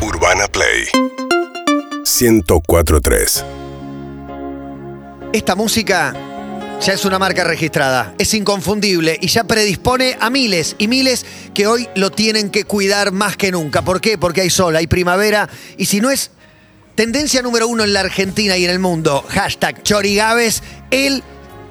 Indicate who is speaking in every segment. Speaker 1: Urbana Play 1043.
Speaker 2: Esta música ya es una marca registrada, es inconfundible y ya predispone a miles y miles que hoy lo tienen que cuidar más que nunca. ¿Por qué? Porque hay sol, hay primavera y si no es tendencia número uno en la Argentina y en el mundo, hashtag Chorigaves, él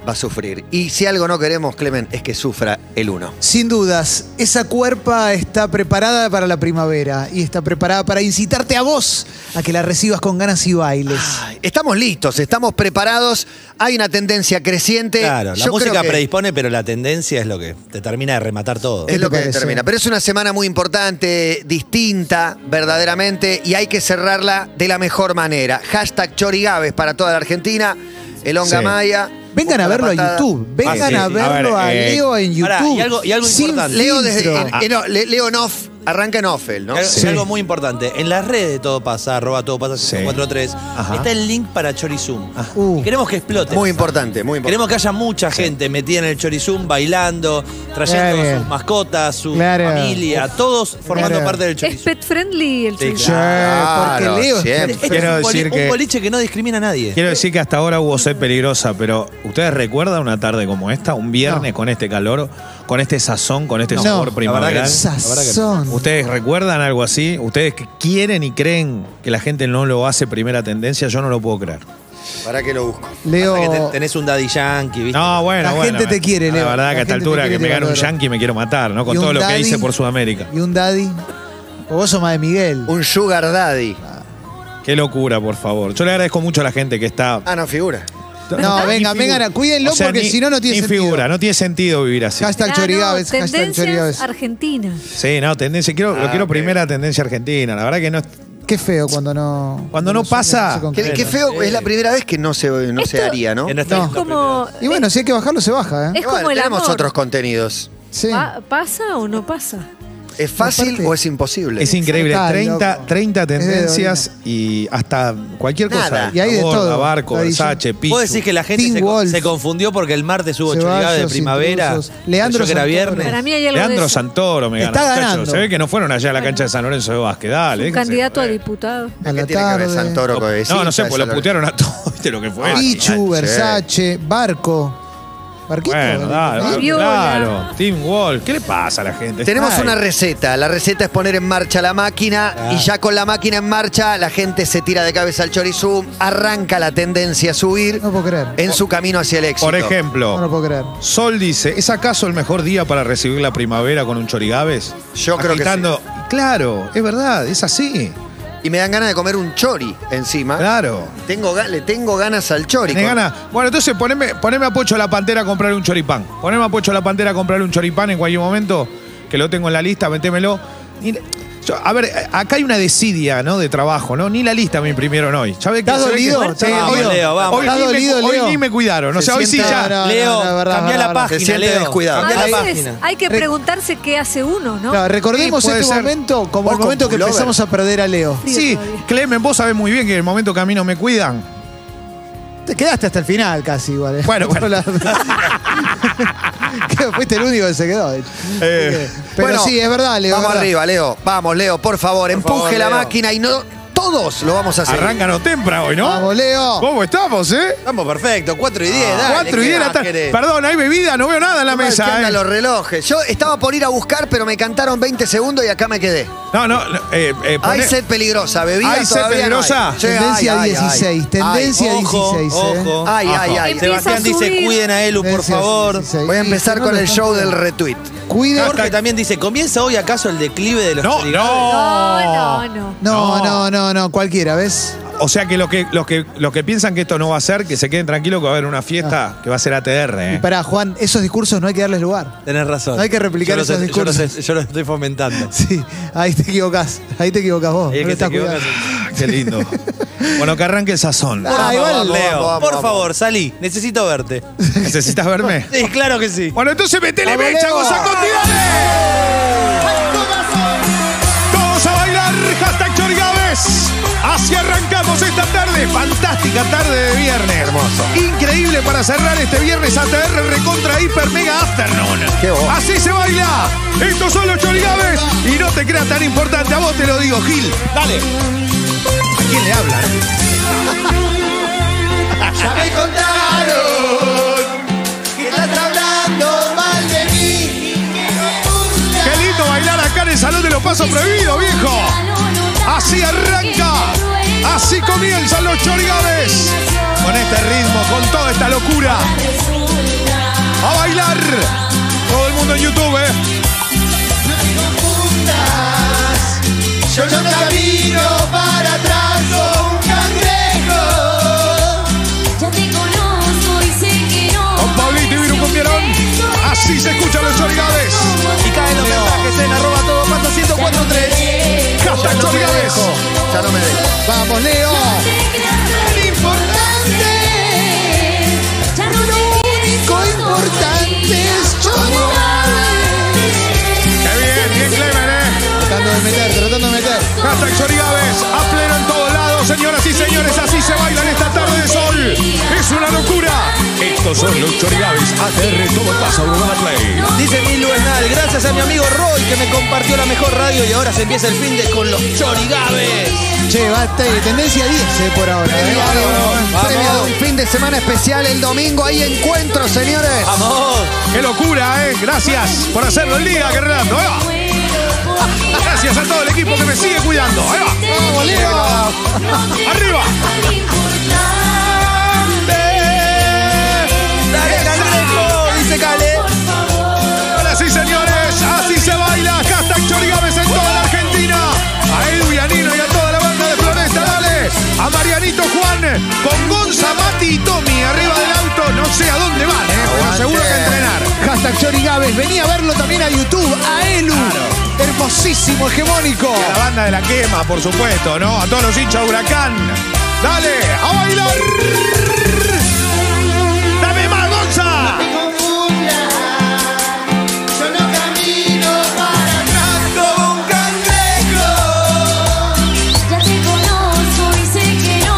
Speaker 2: va a sufrir. Y si algo no queremos, Clemen, es que sufra el uno.
Speaker 3: Sin dudas, esa cuerpa está preparada para la primavera y está preparada para incitarte a vos a que la recibas con ganas y bailes.
Speaker 2: Ay, Estamos listos, estamos preparados, hay una tendencia creciente.
Speaker 4: Claro, la
Speaker 2: Este, Yo
Speaker 4: música
Speaker 2: creo que-
Speaker 4: predispone, pero la tendencia es lo que te termina de rematar todo.
Speaker 2: Es
Speaker 3: te
Speaker 2: lo que
Speaker 3: parece?
Speaker 2: determina. Pero es una semana muy importante, distinta, verdaderamente, y hay que cerrarla de la mejor manera. Hashtag Chorigaves para toda la Argentina, el Onga
Speaker 4: Sí.
Speaker 2: Maya.
Speaker 3: Vengan a
Speaker 2: Busca la
Speaker 3: verlo a
Speaker 2: patada.
Speaker 3: YouTube. Vengan
Speaker 4: Ah, sí,
Speaker 3: a
Speaker 4: sí.
Speaker 3: verlo a,
Speaker 4: A ver, eh,
Speaker 3: Leo en YouTube.
Speaker 4: pará, y algo- y algo
Speaker 3: Sin
Speaker 4: importante.
Speaker 2: Leo desde.
Speaker 3: filtro.
Speaker 2: en- en- no, Le- Leo en off, arranca en off él, ¿no?
Speaker 5: Eh,
Speaker 4: Algo-
Speaker 3: Sí.
Speaker 4: Eh, Algo muy importante. En las redes de Todo Pasa, arroba Todo Pasa 643, está el link para Chorizum.
Speaker 3: Uh.
Speaker 4: Y queremos que explote.
Speaker 2: Muy importante, muy importante.
Speaker 4: Queremos que haya mucha gente metida en el Chorizum, bailando, trayendo
Speaker 3: Claro.
Speaker 4: sus mascotas, su
Speaker 3: Claro.
Speaker 4: familia, todos formando
Speaker 3: Claro.
Speaker 4: parte del
Speaker 5: Es
Speaker 4: Chorizum.
Speaker 5: pet friendly el
Speaker 4: Sí,
Speaker 5: chorizo.
Speaker 3: Che, porque
Speaker 2: Claro,
Speaker 3: Leo es
Speaker 2: siempre.
Speaker 4: Este
Speaker 6: Quiero
Speaker 4: es un,
Speaker 6: decir
Speaker 4: un
Speaker 6: que-
Speaker 4: boliche que no discrimina a nadie.
Speaker 6: Quiero decir que hasta ahora hubo sed peligrosa, pero ¿ustedes recuerdan una tarde como esta? Un viernes
Speaker 3: No.
Speaker 6: con este calor, con este sazón, con este
Speaker 3: No. No,
Speaker 4: la
Speaker 6: sabor
Speaker 4: verdad que
Speaker 6: primaveral.
Speaker 3: sazón.
Speaker 6: ¿Ustedes recuerdan algo así? ¿Ustedes que quieren y creen que la gente no lo hace primera tendencia? Yo no lo puedo creer.
Speaker 2: Para que lo busco.
Speaker 3: Leo.
Speaker 4: Pasa que te- tenés un daddy yankee, ¿viste?
Speaker 6: No, bueno,
Speaker 3: La
Speaker 6: bueno,
Speaker 3: gente te quiere, Leo.
Speaker 6: La verdad
Speaker 3: La
Speaker 6: que a esta
Speaker 3: gente te
Speaker 6: altura
Speaker 3: quiere,
Speaker 6: que
Speaker 3: te
Speaker 6: me gane un
Speaker 3: valora.
Speaker 6: yankee me quiero matar, ¿no? Con
Speaker 3: y un
Speaker 6: todo lo que
Speaker 3: daddy-
Speaker 6: hice por Sudamérica.
Speaker 3: Y un daddy. O vos sos más de Miguel.
Speaker 2: Un Sugar Daddy.
Speaker 6: Qué locura, por favor. Yo le agradezco mucho a la gente que está
Speaker 2: Ah, no, figura.
Speaker 3: No,
Speaker 6: Ni
Speaker 3: vengan,
Speaker 6: figura.
Speaker 3: vengan, cuídenlo
Speaker 6: O sea,
Speaker 3: porque
Speaker 6: ni-
Speaker 3: si no, no tiene
Speaker 6: ni
Speaker 3: sentido.
Speaker 6: figura, no tiene sentido vivir así.
Speaker 3: Hashtag
Speaker 5: Ah, no,
Speaker 3: Chorigaves, hashtag Chorigaves.
Speaker 5: tendencias argentinas.
Speaker 6: Sí, no, tendencia, quiero, lo quiero primera tendencia argentina. La verdad que no es-
Speaker 3: Qué feo cuando no.
Speaker 6: Cuando no pasa.
Speaker 3: se concreta.
Speaker 2: Qué, qué feo, es la primera vez que no se, no se
Speaker 5: Esto-
Speaker 2: haría, ¿no?
Speaker 4: Que no
Speaker 2: Igual,
Speaker 4: está
Speaker 3: No.
Speaker 4: en
Speaker 5: Es
Speaker 4: la
Speaker 5: como. eh,
Speaker 3: Y bueno, si hay que bajarlo, se baja, ¿eh?
Speaker 5: Es como el
Speaker 2: tenemos
Speaker 5: amor.
Speaker 2: otros contenidos.
Speaker 3: Sí.
Speaker 5: ¿pa- ¿Pasa o no pasa?
Speaker 2: ¿Es fácil
Speaker 3: Aparte-
Speaker 2: o es imposible?
Speaker 6: es increíble.
Speaker 3: Está
Speaker 6: 30,
Speaker 3: loco.
Speaker 6: 30
Speaker 3: de
Speaker 6: tendencias y hasta cualquier
Speaker 2: Nada.
Speaker 6: cosa.
Speaker 3: Y hay de
Speaker 6: Gorda,
Speaker 3: todo.
Speaker 6: Barco,
Speaker 3: Tradición.
Speaker 6: Versace, Pichu.
Speaker 4: Vos decís que la gente
Speaker 3: Tim
Speaker 4: se,
Speaker 3: Wolf.
Speaker 4: se confundió porque el martes hubo
Speaker 3: Ceballos,
Speaker 4: chorigada de primavera.
Speaker 3: intrusos. Leandro
Speaker 4: creyó que era
Speaker 3: Santoro.
Speaker 4: viernes.
Speaker 5: Para mí hay algo de
Speaker 6: Leandro
Speaker 5: eso.
Speaker 6: Santoro me
Speaker 3: Está
Speaker 6: gana, muchachos.
Speaker 3: ganando.
Speaker 6: Se ve que no fueron allá a la cancha de San Lorenzo de básquet. Dale.
Speaker 4: ¿eh?
Speaker 5: Un
Speaker 6: déjense
Speaker 5: candidato a
Speaker 6: joder.
Speaker 5: diputado.
Speaker 3: A
Speaker 2: ¿Qué
Speaker 3: la
Speaker 2: tiene que ver
Speaker 3: tarde.
Speaker 2: Santoro con
Speaker 6: No, no sé,
Speaker 2: Vecita,
Speaker 6: pues lo
Speaker 2: esa-
Speaker 6: putearon a todos. ¿Viste lo que fue?
Speaker 3: Pichu,
Speaker 2: sí.
Speaker 3: Versace, Barco. Barquito.
Speaker 6: Bueno, dale,
Speaker 5: Viola.
Speaker 6: claro. Team Wolf. ¿Qué le pasa a la gente?
Speaker 2: Tenemos
Speaker 6: Ay.
Speaker 2: una receta. La receta es poner en marcha la máquina y ya con la máquina en marcha la gente se tira de cabeza al chorizum, arranca la tendencia a subir
Speaker 3: No puedo creer.
Speaker 2: en su camino hacia el éxito.
Speaker 6: Por ejemplo,
Speaker 3: No lo puedo creer.
Speaker 6: Sol dice, ¿es acaso el mejor día para recibir la primavera con un chorigaves?
Speaker 2: Yo creo que
Speaker 6: Agitando- Claro, es verdad, es así.
Speaker 2: Y me dan ganas de comer un chori encima.
Speaker 6: Claro.
Speaker 2: Tengo, ga- le tengo ganas al chori.
Speaker 6: Tenés
Speaker 2: Con-
Speaker 6: ganas. Bueno, entonces poneme, poneme a Pocho la Pantera a comprar un choripán. Poneme a Pocho la Pantera a comprar un choripán en cualquier momento, que lo tengo en la lista, metémelo. Ni la- yo- a ver, acá hay una desidia, ¿no? De trabajo, ¿no? Ni la lista me imprimieron hoy. ¿Sabés
Speaker 3: ¿Estás
Speaker 6: se ve
Speaker 3: dolido? ¿Estás
Speaker 6: hoy,
Speaker 4: dolido? Leo, vamos.
Speaker 6: hoy
Speaker 3: ¿Estás
Speaker 6: ni me,
Speaker 3: dolido,
Speaker 6: hoy
Speaker 3: Leo?
Speaker 6: ni me cuidaron. O
Speaker 2: Se
Speaker 6: sea, hoy sí
Speaker 2: sienta-
Speaker 6: ya.
Speaker 3: No, no,
Speaker 4: Leo,
Speaker 3: no, no, verdad,
Speaker 4: cambiá
Speaker 3: verdad, verdad.
Speaker 4: la
Speaker 2: Se
Speaker 4: página,
Speaker 2: siente
Speaker 4: Leo.
Speaker 2: descuidado.
Speaker 4: Cambiá
Speaker 5: A
Speaker 4: la
Speaker 5: veces
Speaker 4: página.
Speaker 5: hay que
Speaker 3: Re-
Speaker 5: preguntarse qué hace uno, ¿no?
Speaker 3: Claro, recordemos
Speaker 6: Sí, puede
Speaker 3: este
Speaker 6: ser.
Speaker 3: momento como
Speaker 2: Vos
Speaker 3: el momento
Speaker 2: con
Speaker 3: que
Speaker 2: pullover.
Speaker 3: empezamos a perder a Leo.
Speaker 5: Frío
Speaker 6: Sí,
Speaker 5: todavía.
Speaker 6: Clemen, vos sabés muy bien que en el momento que a mí no me cuidan,
Speaker 3: Te quedaste hasta el final casi igual. ¿eh?
Speaker 6: Bueno, bueno.
Speaker 3: La- Que fuiste el único que se quedó. de hecho.
Speaker 6: Eh,
Speaker 3: Pero
Speaker 2: Bueno,
Speaker 3: sí, es verdad, Leo.
Speaker 2: Vamos
Speaker 3: es verdad.
Speaker 2: arriba, Leo. Vamos, Leo, por favor, empuje
Speaker 4: favor,
Speaker 2: la
Speaker 4: Leo.
Speaker 2: máquina y no todos lo vamos a hacer.
Speaker 6: arrancanos temprano hoy, ¿no?
Speaker 3: Vamos, Leo.
Speaker 6: ¿Cómo estamos, eh?
Speaker 4: Vamos, perfecto. 4 y 10,
Speaker 2: Ah,
Speaker 4: dale.
Speaker 6: 4 y
Speaker 4: ¿qué
Speaker 6: 10 de la
Speaker 4: más
Speaker 6: tarde.
Speaker 4: querés?
Speaker 6: Perdón, hay bebida, no veo nada en la mesa. eh.
Speaker 2: los relojes. Yo estaba por ir a buscar, pero me cantaron 20 segundos y acá me quedé.
Speaker 6: No, no, no, eh, eh,
Speaker 2: Hay
Speaker 6: poné-
Speaker 2: sed peligrosa, bebida
Speaker 6: ¿Hay sed
Speaker 2: todavía no
Speaker 6: peligrosa?
Speaker 2: Che,
Speaker 3: Tendencia 16, tendencia
Speaker 4: Ojo,
Speaker 3: 16. ¿eh?
Speaker 4: ojo.
Speaker 2: Ay,
Speaker 4: ojo.
Speaker 2: ay, ay.
Speaker 5: Empieza a
Speaker 4: Sebastián dice,
Speaker 5: subir.
Speaker 4: cuiden a Elu, por
Speaker 3: Tendencia
Speaker 4: favor.
Speaker 3: 16.
Speaker 2: oh, Voy a
Speaker 3: Y si
Speaker 2: empezar
Speaker 3: no
Speaker 2: con
Speaker 3: lo
Speaker 2: el
Speaker 3: están
Speaker 2: show del
Speaker 3: cuidando.
Speaker 2: retweet.
Speaker 3: Cuiden.
Speaker 4: Jorge también dice, ¿comienza hoy acaso el declive de los
Speaker 6: No,
Speaker 4: chorigaves?
Speaker 5: No, no, no.
Speaker 3: No, no, no, no, cualquiera, ¿ves?
Speaker 6: O sea que los que, los que los que piensan que esto no va a ser, que se queden tranquilos que va a haber una fiesta que va a ser ATR.
Speaker 3: Y
Speaker 6: eh.
Speaker 3: pará, Juan, esos discursos no hay que darles lugar.
Speaker 4: Tenés razón.
Speaker 3: No hay que replicar
Speaker 4: Yo los-
Speaker 3: esos
Speaker 4: yo los-
Speaker 3: discursos.
Speaker 4: Yo lo estoy fomentando.
Speaker 2: Ah,
Speaker 3: Sí, ahí te equivocás, ahí te equivocás vos.
Speaker 4: Y el
Speaker 3: no lo
Speaker 4: que se
Speaker 3: estás
Speaker 4: equivoca
Speaker 3: cuidando.
Speaker 4: es el-
Speaker 6: Ah, Qué lindo. bueno, que arranque el sazón.
Speaker 4: Por
Speaker 3: Ah,
Speaker 4: favor,
Speaker 3: igual-
Speaker 4: Leo,
Speaker 2: Vamos, vamos,
Speaker 4: por
Speaker 2: vamos.
Speaker 4: favor, salí. Necesito verte.
Speaker 6: ¿Necesitas verme?
Speaker 4: Sí, claro que sí.
Speaker 6: Bueno, entonces metele
Speaker 3: Vamos,
Speaker 6: mecha,
Speaker 3: Leo.
Speaker 6: goza con Todos a bailar, hashtag Chorigaves. Así arrancamos esta tarde. Fantástica. Fantástica tarde de viernes, hermoso. Increíble para cerrar este viernes ATR recontra hiper mega afternoon.
Speaker 2: Qué bo-
Speaker 6: Así se baila. Estos son los chorigaves. Y no te creas tan importante. A vos te lo digo, Gil. Dale. ¿A quién le hablan?
Speaker 2: Ya me contaron que estás hablando mal de mí.
Speaker 6: Qué lindo bailar acá en el Salón de los Pasos Prohibidos, viejo. Así arranca. Así comienzan los chorigaves. Con este ritmo, con toda esta locura. A bailar. Todo el mundo en YouTube, ¿eh?
Speaker 2: Yo no camino para atrás como un cangrejo.
Speaker 6: Con Pablito y Viru Cumbierón. Así se escuchan los chorigaves.
Speaker 4: Y caen los mensajes en arroba todo pasa 1043.
Speaker 6: Hashtag chorigaves.
Speaker 2: Ya no me dejo.
Speaker 3: Vamos, Leo.
Speaker 6: Qué bien, bien Clemen, ¿eh?
Speaker 3: Tratando de meter, tratando de meter.
Speaker 6: Hashtag chorigaves. A pleno en todos lados, señoras y señores. Así se bailan esta tarde de sol. Es una locura. Estos son los chorigaves. ATR, todo pasa, Urbana Play.
Speaker 4: Dice Milu Esnal, gracias a mi amigo Roy que me compartió la mejor radio y ahora se empieza el fin de con los chorigaves.
Speaker 3: Che, basta, eh, tendencia 10 eh, por ahora. eh.
Speaker 4: Vamos.
Speaker 2: Premio de un fin de semana especial el domingo. Hay encuentros, señores.
Speaker 4: Vamos.
Speaker 6: Qué locura, ¿eh? Gracias por hacerlo el día, Guerrero. Ahí va. Gracias a todo el equipo que me sigue cuidando. Ahí va.
Speaker 3: Vamos, Leo.
Speaker 6: Arriba.
Speaker 4: Dale, cangrejo, dice Cale.
Speaker 6: Ahora sí, señores. Así se baila. Hashtag Chorigaves en toda la Argentina. A Edu y a Nino y a toda la banda de Floresta. Dale. A Marianito Juan con Gonza, Mati y Tommy arriba del auto. No sé a dónde van, ¿eh? Pero seguro que a entrenar.
Speaker 3: Hashtag Chori Gávez. Vení a verlo también a YouTube, a Elu. Hermosísimo, hegemónico.
Speaker 6: A la banda de la quema, por supuesto, ¿no? A todos los hinchas de huracán. Dale, a bailar. Dame más, Gonza.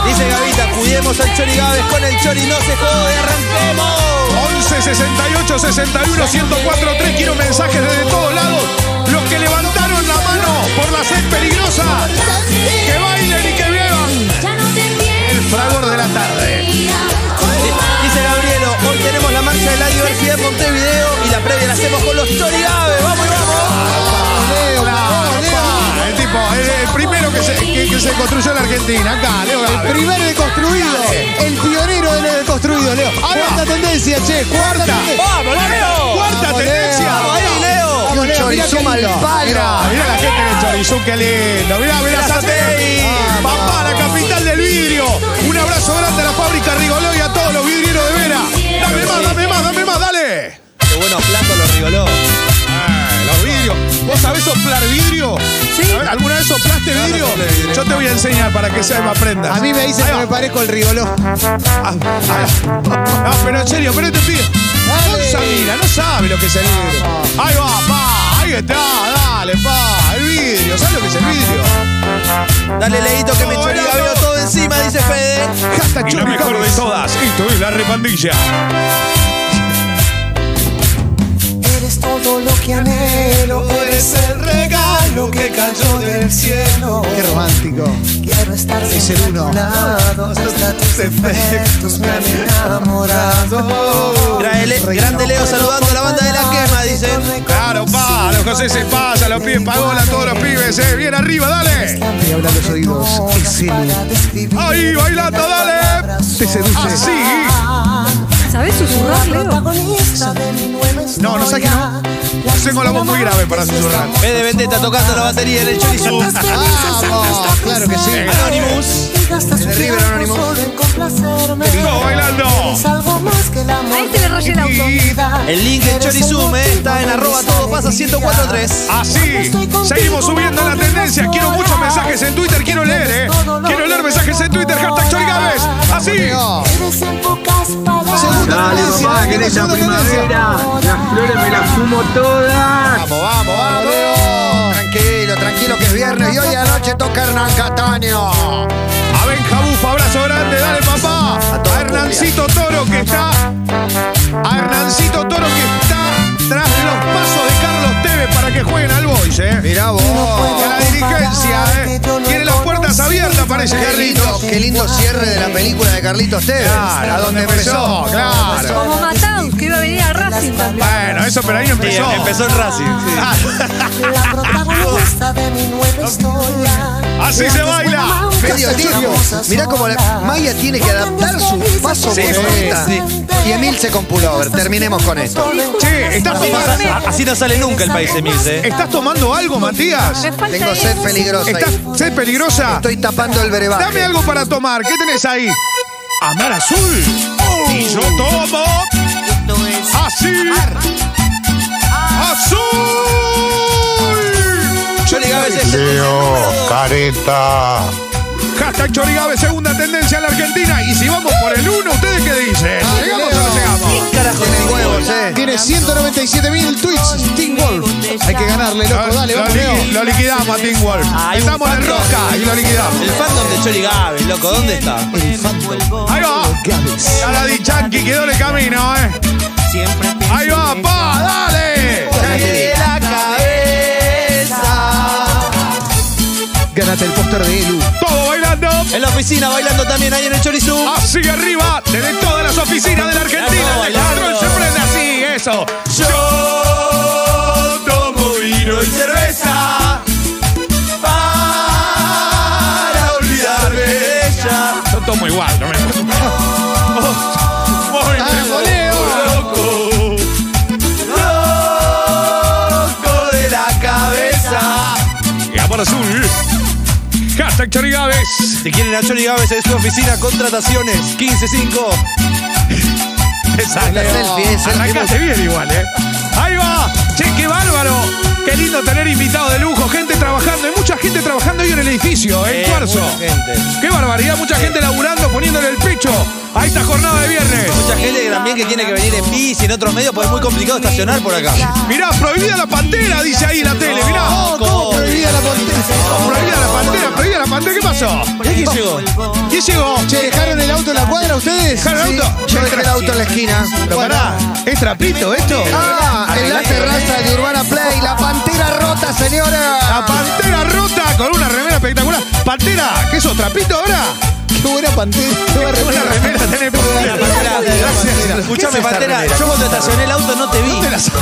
Speaker 4: Dice Gavita, cuidemos al chorigaves con el chori, no se jode, arranquemos.
Speaker 6: 11 68 61 104 3 Quiero mensajes desde todos lados. Los que levantaron la mano por la sed peligrosa. Que bailen y que beban. El fragor de la tarde.
Speaker 4: Dice Gabrielo, hoy tenemos la marcha de la diversidad en Montevideo y la previa la hacemos con los chorigaves. Vamos y vamos.
Speaker 3: Leo,
Speaker 6: Claro,
Speaker 3: vamos, Leo.
Speaker 6: pa, El tipo, el, el primero que se, que- que se construyó en la Argentina. Acá, Leo Gávez.
Speaker 3: Primer deconstruido. El pionero de lo deconstruido, Leo.
Speaker 6: Ahí va.
Speaker 3: Cuarta tendencia, che. Cuarta. tendencia.
Speaker 4: ¡Vamos, Leo!
Speaker 6: Cuarta
Speaker 3: Vamos,
Speaker 6: tendencia.
Speaker 3: Leo.
Speaker 4: ¡Vamos ahí, Leo!
Speaker 2: Y un
Speaker 3: Mirá qué
Speaker 2: chorizum al
Speaker 3: lindo.
Speaker 2: palo.
Speaker 6: Mirá, mirá la gente del Chorizú, qué lindo. Mirá, mirá Satei. Papá, la capital del vidrio. Un abrazo grande a la fábrica Rigoló y a todos los vidrieros de Vera. Dame más, dame más, dame más, dale.
Speaker 4: Qué bueno plato lo rigoló.
Speaker 6: Ay, Ah, los vidrios. ¿Vos sabés soplar vidrio?
Speaker 5: Sí.
Speaker 6: A ver, ¿Alguna vez soplaste vidrio? Yo te voy a enseñar para que sea me aprendas.
Speaker 3: A mí me dicen
Speaker 6: Ahí
Speaker 3: que
Speaker 6: va.
Speaker 3: me parezco el rigoló.
Speaker 6: Ah, ah, No, pero en serio, pero este pibe. Gonza mira, no sabe lo que es el vidrio. Ahí va, pa, ahí está, dale, pa, el vidrio, ¿sabes lo que es el vidrio?
Speaker 4: Dale, Leito, que me
Speaker 6: No,
Speaker 4: chorigabeo
Speaker 6: no.
Speaker 4: todo encima, dice Fede.
Speaker 3: Hashtag Chori Gávez.
Speaker 6: todas, esto es la repandilla.
Speaker 1: Eres todo lo que anhelo, eres el regalo que cayó del cielo.
Speaker 3: Qué romántico.
Speaker 1: Quiero estar
Speaker 3: Es el uno.
Speaker 1: lado, hasta tus efectos me han enamorado.
Speaker 4: Grande Le- eh, Grande Leo saludando a la banda de la quema, dice.
Speaker 6: Claro, pa, los José se pasa, los pibes pagola, todos los pibes, eh, bien arriba, dale.
Speaker 3: Estoy hablando los oídos. Es el.
Speaker 6: Ahí, bailando, dale.
Speaker 3: Te seduce.
Speaker 6: Así.
Speaker 5: ¿Sabés susurrar, Leo?
Speaker 6: No, no sé que no. Tengo la voz muy grave para susurrar.
Speaker 4: Fede Vende está tocando la batería en el chorizo.
Speaker 3: Vamos, Ah, claro que sí.
Speaker 4: Anonymous.
Speaker 1: El de River Anónimo.
Speaker 6: Sigo bailando.
Speaker 5: A este le rayé el auto.
Speaker 4: El link de Chorizum eh, está en arroba todo pasa 1043.
Speaker 6: Así, seguimos subiendo la tendencia. Quiero muchos mensajes en Twitter, quiero leer, ¿eh? Quiero leer mensajes en Twitter, hashtag Chori Gávez. Así.
Speaker 3: Segunda
Speaker 7: Dale,
Speaker 3: tendencia.
Speaker 7: papá, que en esta
Speaker 3: Segunda tendencia.
Speaker 7: primavera las flores me las fumo todas.
Speaker 6: Vamos, vamos, vamos.
Speaker 2: Oh, Tranquilo, tranquilo que es viernes y hoy anoche toca Hernán Cataño.
Speaker 6: A Benja Bufa, abrazo grande, dale pa' a Hernancito Toro que está tras los pasos de Carlos Tevez para que jueguen al Boys, ¿eh?
Speaker 2: Mirá vos.
Speaker 6: Y a la dirigencia, ¿eh? Tiene las puertas abiertas, parece,
Speaker 2: Qué lindo,
Speaker 6: Carlitos.
Speaker 2: qué lindo cierre de la película de Carlitos Tevez.
Speaker 6: Claro, a donde empezó, claro.
Speaker 5: Como Mataus, que iba a venir a Racing también.
Speaker 6: Bueno, eso, pero ahí no
Speaker 4: Sí,
Speaker 6: empezó.
Speaker 4: empezó en Racing. sí.
Speaker 6: Ah,
Speaker 1: La protagonista de mi nueva historia.
Speaker 6: Así se baila.
Speaker 2: Medio tibio. Mirá cómo la- Maya tiene que adaptar su paso
Speaker 4: Sí,
Speaker 2: por
Speaker 4: sí,
Speaker 2: solita.
Speaker 4: sí.
Speaker 2: Y Emil se compuló. A ver, terminemos con esto.
Speaker 6: Che, ¿estás tomando,
Speaker 4: A- Así no sale nunca el país Emils, ¿eh?
Speaker 6: estás tomando algo, Matías?
Speaker 5: Me falta
Speaker 2: Tengo
Speaker 5: eso.
Speaker 2: sed peligrosa.
Speaker 6: ¿Estás
Speaker 2: ahí.
Speaker 6: sed peligrosa?
Speaker 2: Estoy tapando el brebaje.
Speaker 6: Dame algo para tomar. ¿Qué tenés ahí? Oh. Amar azul. Y yo tomo así. Azul.
Speaker 4: Yo le digo a veces.
Speaker 8: careta.
Speaker 6: Hashtag Chorigabe, segunda tendencia en la Argentina. Y si vamos por el 1, ¿ustedes qué dicen? ¿Llegamos o no llegamos?
Speaker 2: Tiene huevos, eh.
Speaker 3: Tiene 197 mil tweets, Sting Wolf. Hay que ganarle, loco. Dale,
Speaker 6: lo,
Speaker 3: vamos, Leo.
Speaker 6: liqui- lo liquidamos a Team Wolf.
Speaker 4: Hay un
Speaker 6: Estamos en
Speaker 4: fandom.
Speaker 6: roca y lo liquidamos.
Speaker 4: El fandom de Chori Gabe, loco, ¿dónde está?
Speaker 6: Ahí va. A la Dichanqui quedó en el camino, eh. Ahí va, pa, dale.
Speaker 4: la cabeza.
Speaker 3: Gánate el póster de Elu.
Speaker 6: Todo bailando.
Speaker 4: En la oficina bailando también ahí en el Chorizú.
Speaker 6: Así arriba, desde todas las oficinas de la
Speaker 4: Vamos,
Speaker 6: Argentina. El
Speaker 4: bailando.
Speaker 6: control se prende así, eso.
Speaker 4: Yo tomo vino y cerveza para olvidarme de ella.
Speaker 6: Yo tomo igual, no me Voy,
Speaker 4: Ah,
Speaker 6: me voy, loco.
Speaker 4: Loco de la cabeza.
Speaker 6: Y amor azul. Hashtag Chorigaves.
Speaker 4: Si quieren a Chori Gávez en su oficina, contrataciones 155.
Speaker 6: Exacto.
Speaker 2: La selfie, eh, selfie.
Speaker 6: Arrancaste bien igual, ¿eh? Ahí va. Che, qué bárbaro. Qué lindo tener invitados de lujo. Gente trabajando. Hay mucha gente trabajando hoy en el edificio, en
Speaker 4: Eh,
Speaker 6: Cuarzo.
Speaker 4: mucha gente.
Speaker 6: Qué barbaridad. Mucha gente laburando, poniéndole el pecho a esta jornada de viernes.
Speaker 4: Mucha gente también que tiene que venir en bici, en otros medios, porque es muy complicado estacionar por acá. Oh,
Speaker 6: Mirá, prohibida la pantera, dice ahí la tele. Mirá. Oh,
Speaker 4: Loco.
Speaker 3: Prohibida la potencia.
Speaker 6: Prohibida la pantera, prohibida la pantera. ¿Qué pasó?
Speaker 4: Mirá quién Oh, llegó.
Speaker 6: ¿Quién llegó?
Speaker 3: Che, ¿dejaron el auto en la cuadra ustedes?
Speaker 6: ¿Dejaron el
Speaker 3: Sí.
Speaker 6: auto?
Speaker 2: Yo dejé el auto en la esquina.
Speaker 6: Pero pará, ¿es trapito esto?
Speaker 2: Ah, en la terraza de Urbana Play. La pantera rota,
Speaker 6: La
Speaker 2: señora.
Speaker 6: pantera rota con una remera espectacular. Pantera, ¿qué sos? ¿Trapito ahora?
Speaker 3: Qué buena pantera. Qué buena
Speaker 6: Una
Speaker 3: remera.
Speaker 6: remera tenés
Speaker 4: Pantera, Pantera, Pantera. Escuchame, Pantera, yo cuando estacioné el auto no te vi.
Speaker 6: Gracias.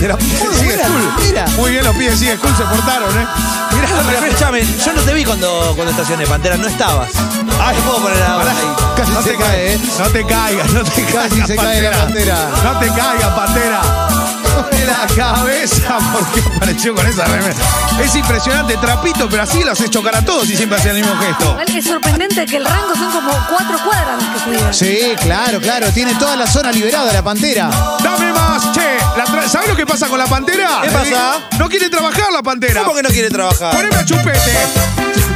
Speaker 6: De la sigue
Speaker 3: buena remera.
Speaker 6: cool. Muy bien, los pibes sigue cool se portaron, ¿eh? Mirá la
Speaker 4: Pero
Speaker 6: remera.
Speaker 4: escuchame, yo no te vi cuando, cuando estacioné, Pantera, no estabas. Ah, no puedo poner ahora ahí.
Speaker 3: Casi
Speaker 6: No
Speaker 3: se
Speaker 6: te
Speaker 3: cae, ¿eh?
Speaker 6: caes, no te caigas, no te caigas.
Speaker 3: se cae la pantera.
Speaker 6: No te caigas, pantera. De la cabeza, porque apareció con esa remera. Es impresionante, trapito, pero así lo haces chocar a todos y siempre hacen el mismo gesto.
Speaker 5: Igual Es sorprendente que el rango son como cuatro cuadras las que cuidan.
Speaker 3: Sí, claro, claro. Tiene toda la zona liberada la pantera.
Speaker 6: Dame más, che. La tra- ¿Sabés lo que pasa con la pantera? Eh,
Speaker 4: ¿Qué pasa?
Speaker 6: No quiere trabajar la pantera.
Speaker 4: ¿Cómo que no quiere trabajar?
Speaker 6: Poneme a chupete.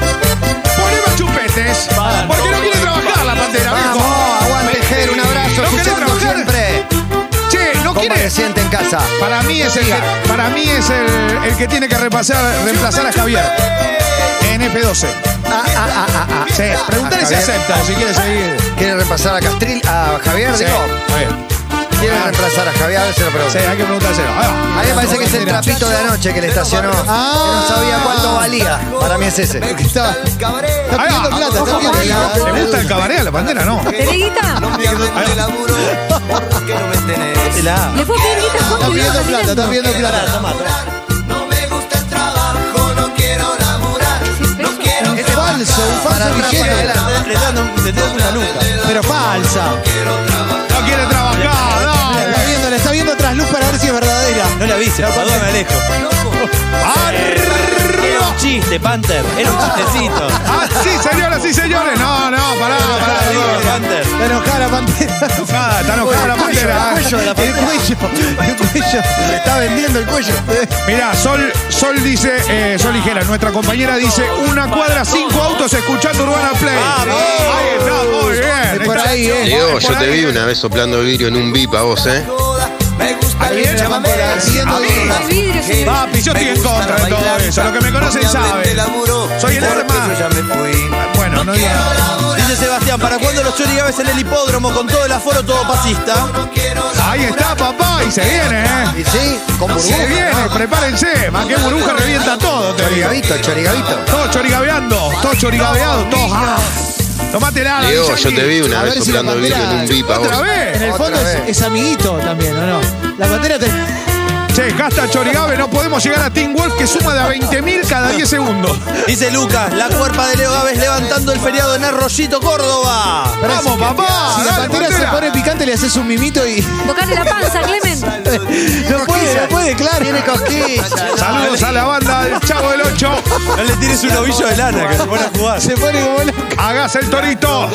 Speaker 6: Poneme a chupetes. Porque no quiere trabajar la pantera, viejo.
Speaker 2: Vamos, aguante, Ger. Un abrazo.
Speaker 6: ¿No querés
Speaker 2: Escuchando
Speaker 6: trabajar?
Speaker 2: siempre.
Speaker 6: Che, no
Speaker 2: Compa
Speaker 6: quiere.
Speaker 2: que siente en casa.
Speaker 6: Para mí es el que, para mí es el, el que tiene que repasar, reemplazar a Javier. En F12.
Speaker 2: Ah, ah, ah, ah, ah.
Speaker 6: Sí, ah, preguntale
Speaker 2: A
Speaker 6: si
Speaker 2: Javier.
Speaker 6: acepta o si quiere seguir.
Speaker 2: ¿Quiere reemplazar a Castril? ¿A Javier?
Speaker 6: Sí,
Speaker 2: digo?
Speaker 6: está bien.
Speaker 2: ¿Quiere reemplazar a Javier? A ver si lo pregunto.
Speaker 6: Sí, hay que preguntárselo. Ah, Ahí va.
Speaker 2: A mí me parece que es el trapito de anoche que le estacionó. Que no sabía cuánto valía. Para mí es ese.
Speaker 3: Está, está
Speaker 6: Ahí
Speaker 3: pidiendo
Speaker 6: va.
Speaker 3: plata, está pidiendo plata.
Speaker 6: ¿Le gusta el cabaret a la bandera? No.
Speaker 5: ¿Tenés guita?
Speaker 4: Ah, Tela.
Speaker 5: ¿Le puedo pedir guita a Juan
Speaker 3: Está
Speaker 5: que viene
Speaker 3: pidiendo plata,
Speaker 5: caminando?
Speaker 3: está pidiendo plata.
Speaker 4: Toma, toma.
Speaker 5: Sí, pero-
Speaker 3: Es falso, un
Speaker 2: Para
Speaker 3: falso
Speaker 2: atrás, para
Speaker 3: billete.
Speaker 2: adelante.
Speaker 4: Le estoy dando un- le estoy dando una nuca.
Speaker 3: Pero falsa.
Speaker 6: No quiere trabajar,
Speaker 3: La está
Speaker 6: dale.
Speaker 3: viendo, la está viendo tras luz para ver si es verdadera.
Speaker 4: No le avise, por favor, me alejo. Era
Speaker 6: ¡Arriba!
Speaker 4: un chiste, Panther. Era un chistecito.
Speaker 6: ¡Ah, sí, señoras y señores! No, no, pará, pará.
Speaker 4: Arriba,
Speaker 6: pará.
Speaker 4: Panther.
Speaker 3: Está enojada la pantera.
Speaker 6: Está enojada, está enojada la bandera.
Speaker 3: El cuello, el cuello, el cuello.
Speaker 2: Le está vendiendo el cuello.
Speaker 6: Mirá, Sol, Sol dice, eh, Sol Ligera, nuestra compañera dice, una cuadra, cinco autos escuchando Urbana Play. Ahí está, muy bien.
Speaker 3: Es por
Speaker 6: Está-
Speaker 3: ahí, eh.
Speaker 9: Leo,
Speaker 6: Por
Speaker 9: yo te
Speaker 6: ahí.
Speaker 9: vi una vez soplando vidrio en un VIP a vos, ¿eh?
Speaker 6: ¿A quién?
Speaker 3: La pantera, siguiendo
Speaker 6: A mí.
Speaker 5: No hay vidrio, señor.
Speaker 6: Papi, yo estoy en contra de todo eso. Los que me conocen saben. Soy el arma. Bueno, no digo nada.
Speaker 4: Dice dice Sebastián, ¿para cuándo los chorigaves en el hipódromo con todo el aforo todo pasista?
Speaker 6: Ahí está, papá, y se viene, ¿eh?
Speaker 2: Y sí, con
Speaker 6: Se viene,
Speaker 2: burbuja.
Speaker 6: prepárense. Más que burbuja revienta todo, te digo.
Speaker 2: Chorigavito, chorigavito.
Speaker 6: Todos chorigabeando, todos chorigabeados, todos. ah. Tomate nada.
Speaker 9: Leo,
Speaker 6: Guillermo.
Speaker 9: yo te vi una
Speaker 3: A
Speaker 9: vez
Speaker 3: ver si la
Speaker 9: soplando vidrio en
Speaker 3: bandera-
Speaker 9: un VIP a
Speaker 6: ¿Otra
Speaker 3: En
Speaker 9: vos.
Speaker 6: vez?
Speaker 3: el fondo
Speaker 2: Otra
Speaker 3: es,
Speaker 2: vez.
Speaker 3: es amiguito también, ¿o no? La bandera te...
Speaker 6: Che, gasta chorigabe, no podemos llegar a Team Wolf que suma de a 20.000 cada 10 segundos.
Speaker 4: Dice Lucas, la cuerpa de Leo Gávez levantando el feriado en Arroyito, Córdoba.
Speaker 6: ¡Vamos, papá!
Speaker 3: Si la
Speaker 6: dale,
Speaker 3: bandera se
Speaker 6: bandera.
Speaker 3: pone picante, le haces un mimito y...
Speaker 5: Tocale la panza, Clement.
Speaker 3: No puede, no puede, claro.
Speaker 2: Tiene cosquillas.
Speaker 6: Saludos a la banda del Chavo del 8.
Speaker 4: No le tires un ovillo de lana, que se pone a jugar.
Speaker 3: Se pone como loco.
Speaker 6: Hagas el torito.